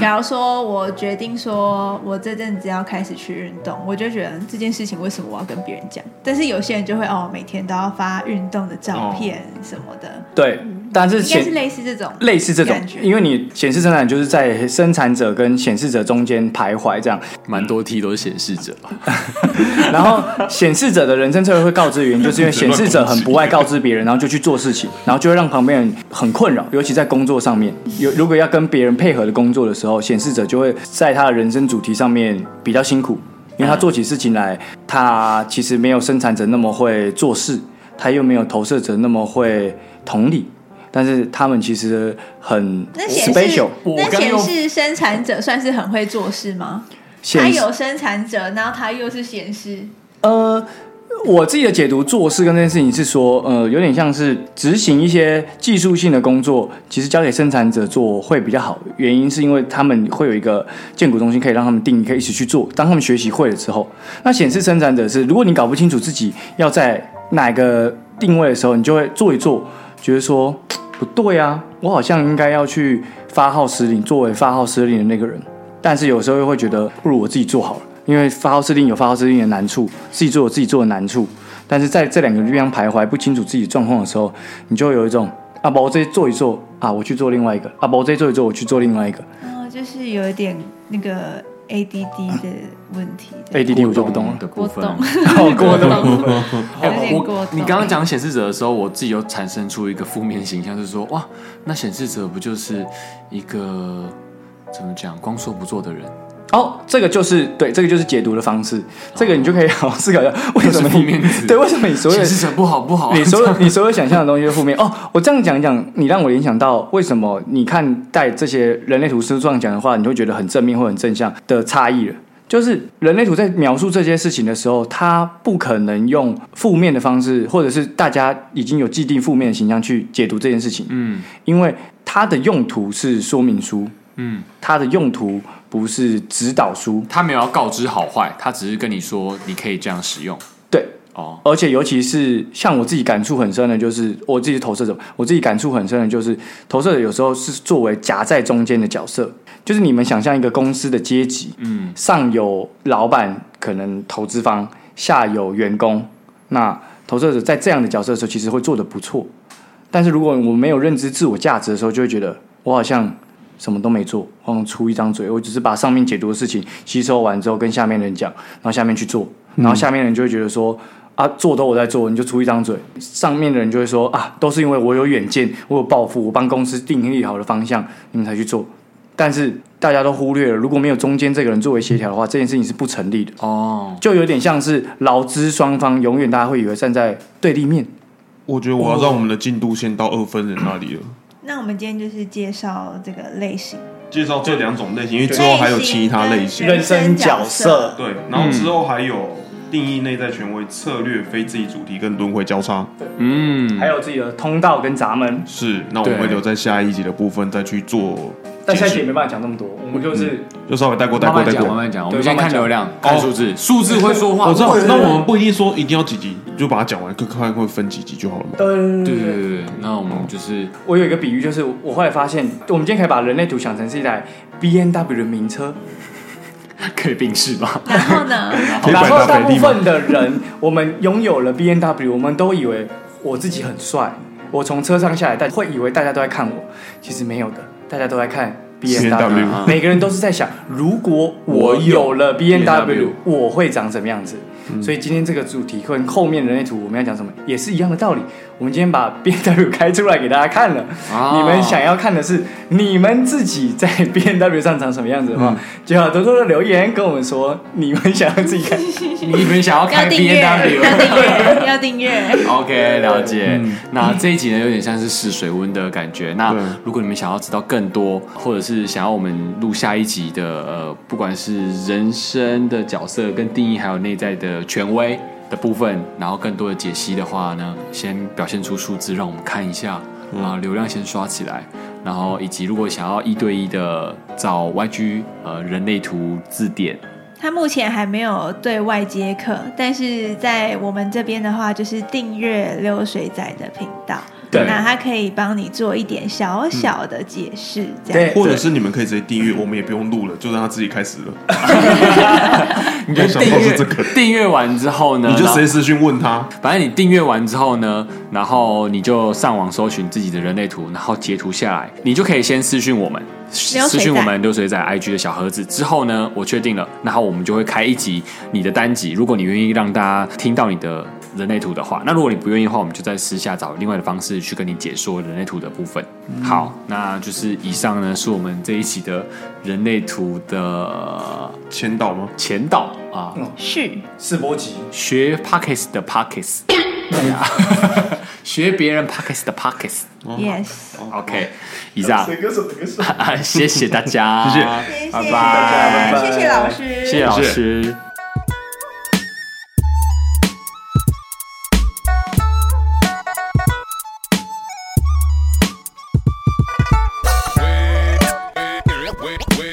Speaker 1: 假如说我决定说我这阵子要开始去运动，我就觉得这件事情为什么我要跟别人讲？但是有些人就会哦，每天都要发运动的照片什么的，
Speaker 4: 对，但是
Speaker 1: 嗯应该是
Speaker 4: 显
Speaker 1: 类似这种。
Speaker 4: 类似这种
Speaker 1: 感觉，
Speaker 4: 因为你显示生产就是在生产者跟显示者中间徘徊这样，
Speaker 3: 蛮多 T 都是显示者吧？
Speaker 4: 然后显示者的人生策略会告知的原因，就是因为显示者很不爱告知别人，然后就去做事情，然后就会让旁边人很困扰，尤其在工作上面，有如果要跟别人配合的工作的时候，显示者就会在他的人生主题上面比较辛苦，因为他做起事情来，他其实没有生产者那么会做事，他又没有投射者那么会同理。但是他们其实很
Speaker 1: 那显示
Speaker 4: special，
Speaker 3: 我
Speaker 1: 那
Speaker 3: 刚
Speaker 1: 显
Speaker 3: 用
Speaker 1: 示生产者算是很会做事吗？他
Speaker 4: 显示
Speaker 1: 有生产者，然后他又是显示，
Speaker 4: 呃，我自己的解读做事跟这件事情是说，呃，有点像是执行一些技术性的工作，其实交给生产者做会比较好。原因是因为他们会有一个建股中心，可以让他们定义，可以一起去做。当他们学习会了之后，那显示生产者是，如果你搞不清楚自己要在哪个定位的时候，你就会做一做，觉得说不对啊，我好像应该要去发号施令，作为发号施令的那个人。但是有时候又会觉得不如我自己做好了，因为发号施令有发号施令的难处，自己做有自己做的难处。但是在这两个地方徘徊，不清楚自己状况的时候，你就会有一种啊，把我这做一做啊，我去做另外一个啊，把我这做一做，我去做另外一个。
Speaker 1: 哦，就是有一点那个 ADD 的问题。
Speaker 4: ADD 我就不懂了，
Speaker 3: 的部
Speaker 1: 我
Speaker 3: 分。啊哦
Speaker 1: 懂， (laughs)
Speaker 4: 好过
Speaker 1: 懂
Speaker 4: 了。，
Speaker 1: (laughs) 有点过动。
Speaker 3: 我你刚刚讲显示者的时候，我自己有产生出一个负面形象，就是说，哇，那显示者不就是一个怎么讲，光说不做的人？
Speaker 4: 哦，这个就是对，这个就是解读的方式，这个你就可以好好思考一下，为
Speaker 3: 又
Speaker 4: 什么
Speaker 3: 是负面词
Speaker 4: 你对为什么你所有
Speaker 3: 显
Speaker 4: 的
Speaker 3: 示者不好不好啊，(laughs)
Speaker 4: 你所 (laughs) 有你所有想象的东西都是负面哦。我这样讲一讲，你让我联想到为什么你看待这些人类图书这样讲的话，你会觉得很正面或很正向的差异了。就是人类图在描述这些事情的时候，它不可能用负面的方式，或者是大家已经有既定负面的形象去解读这件事情。嗯，因为它的用途是说明书，嗯，它的用途不是指导书。
Speaker 3: 他没有要告知好坏，他只是跟你说你可以这样使用
Speaker 4: 对，
Speaker 3: 哦。
Speaker 4: 而且尤其是像我自己感触很深的，就是我自己是投射者，我自己感触很深的就是投射者有时候是作为夹在中间的角色，就是你们想象一个公司的阶级，嗯，上有老板，可能投资方，下有员工。那投射者在这样的角色的时候，其实会做得不错。但是如果我们没有认知自我价值的时候，就会觉得我好像什么都没做，好像出一张嘴，我只是把上面解读的事情吸收完之后跟下面人讲，然后下面去做，然后下面人就会觉得说。啊，做都我在做，你就出一张嘴，上面的人就会说啊，都是因为我有远见，我有抱负，我帮公司定义好了方向，你们才去做。但是大家都忽略了，如果没有中间这个人作为协调的话，这件事情是不成立的。
Speaker 3: 哦，
Speaker 4: 就有点像是劳资双方永远大家会以为站在对立面。
Speaker 2: 我觉得我要让我们的进度先到二分人那里了。
Speaker 1: 那我们今天就是介绍这个类型，
Speaker 2: 介绍这两种类型，因为之后还有其他类型。
Speaker 1: 人生角色，
Speaker 2: 对，然后之后还有定义内在权威、策略、非自己主题跟轮回交叉。
Speaker 3: 嗯，
Speaker 4: 还有自己的通道跟闸门。
Speaker 2: 是，那我们会
Speaker 3: 对
Speaker 2: 留在下一集的部分再去做
Speaker 4: 但
Speaker 2: 解
Speaker 4: 下一集也
Speaker 2: 释，
Speaker 4: 没办法讲那么多，我们就是
Speaker 2: 就稍微带过、带过、
Speaker 3: 慢
Speaker 2: 带
Speaker 3: 慢讲，慢
Speaker 2: 过。
Speaker 3: 慢讲，我
Speaker 4: 对
Speaker 3: 们先看
Speaker 4: 慢慢讲
Speaker 3: 流量，看数字，数字会说话。哦
Speaker 2: 我知道
Speaker 3: 对，
Speaker 2: 那我们不一定说一定要几集，就把它讲完，看看会分几集就好
Speaker 1: 嗯
Speaker 2: 了嘛。
Speaker 4: 对
Speaker 3: 对对对对，那我们就是
Speaker 4: 我有一个比喻，就是我后来发现，我们今天可以把人类图想成是一台 B N W 的名车，
Speaker 3: 可以并视
Speaker 1: (laughs)
Speaker 3: 吧。
Speaker 1: 然后
Speaker 3: (laughs)
Speaker 1: 呢，
Speaker 2: 铁板
Speaker 4: 然后
Speaker 2: 大
Speaker 4: 大
Speaker 2: 腿
Speaker 4: 部
Speaker 2: 力嘛，
Speaker 4: 分的人，我们拥有了 B N W，我们都以为我自己很帅，我从车上下来，但会以为大家都在看我，其实没有的，大家都在看 B N W。
Speaker 2: BMW
Speaker 3: 啊
Speaker 4: 每个人都是在想，如果我有了 B N W，我嗯会长什么样子？所以今天这个主题跟后面人类图我们要讲什么也是一样的道理。我们今天把 B N W 开出来给大家看了，
Speaker 3: 啊
Speaker 4: 你们想要看的是你们自己在 B N W 上长什么样子的话，就要多多的留言跟我们说你们想要自 (laughs) 己看。
Speaker 3: 你们想要
Speaker 1: 要
Speaker 3: 开
Speaker 1: 订
Speaker 3: B
Speaker 1: 阅，
Speaker 3: N
Speaker 1: 要
Speaker 3: W？
Speaker 1: 订阅，要订阅。
Speaker 3: OK，了解。那这一集呢，有点像是试水温的感觉。那
Speaker 2: 嗯对
Speaker 3: 如果你们想要知道更多，或者是想要我们录下一集的，呃，不管是人生的角色跟定义，还有内在的权威的部分，然后更多的解析的话呢，先表现出数字让我们看一下，
Speaker 2: 嗯
Speaker 3: 啊，流量先刷起来。然后，以及如果想要一对一的找 YG 呃人类图字典，
Speaker 1: 他目前还没有对外接课，但是在我们这边的话，就是订阅流水仔的频道，
Speaker 3: 对
Speaker 1: 那他可以帮你做一点小小的解释，这
Speaker 4: 对
Speaker 1: 样。
Speaker 2: 或者是你们可以直接订阅，我们也不用录了，就让它自己开始了。
Speaker 3: 你
Speaker 2: 就想到是这个
Speaker 3: 订阅完之后呢，
Speaker 2: 你就
Speaker 3: 然后
Speaker 2: 直接私讯问他，
Speaker 3: 反正你订阅完之后呢，然后你就上网搜寻自己的人类图，然后截图下来，你就可以先私讯我们，
Speaker 1: 流水仔
Speaker 3: 私讯我们流水仔 IG 的小盒子。之后呢，我确定了，然后我们就会开一集你的单集。如果你愿意让大家听到你的人类图的话，那如果你不愿意的话，我们就在私下找另外的方式去跟你解说人类图的部分。好，那就是以上呢是我们这一期的人类图的
Speaker 2: 签到吗？
Speaker 3: 前导啊。
Speaker 1: 是，
Speaker 4: 世博集，
Speaker 3: 学 Pockets 的 Pockets，学别人 Pockets 的 Pockets。
Speaker 1: yes，
Speaker 3: OK，以上，啊
Speaker 4: 歌手的歌手。
Speaker 3: 谢谢大家，
Speaker 2: 谢谢
Speaker 1: 谢谢
Speaker 3: 拜拜，
Speaker 1: 谢谢老师，
Speaker 3: 谢谢老师。
Speaker 5: wait, wait.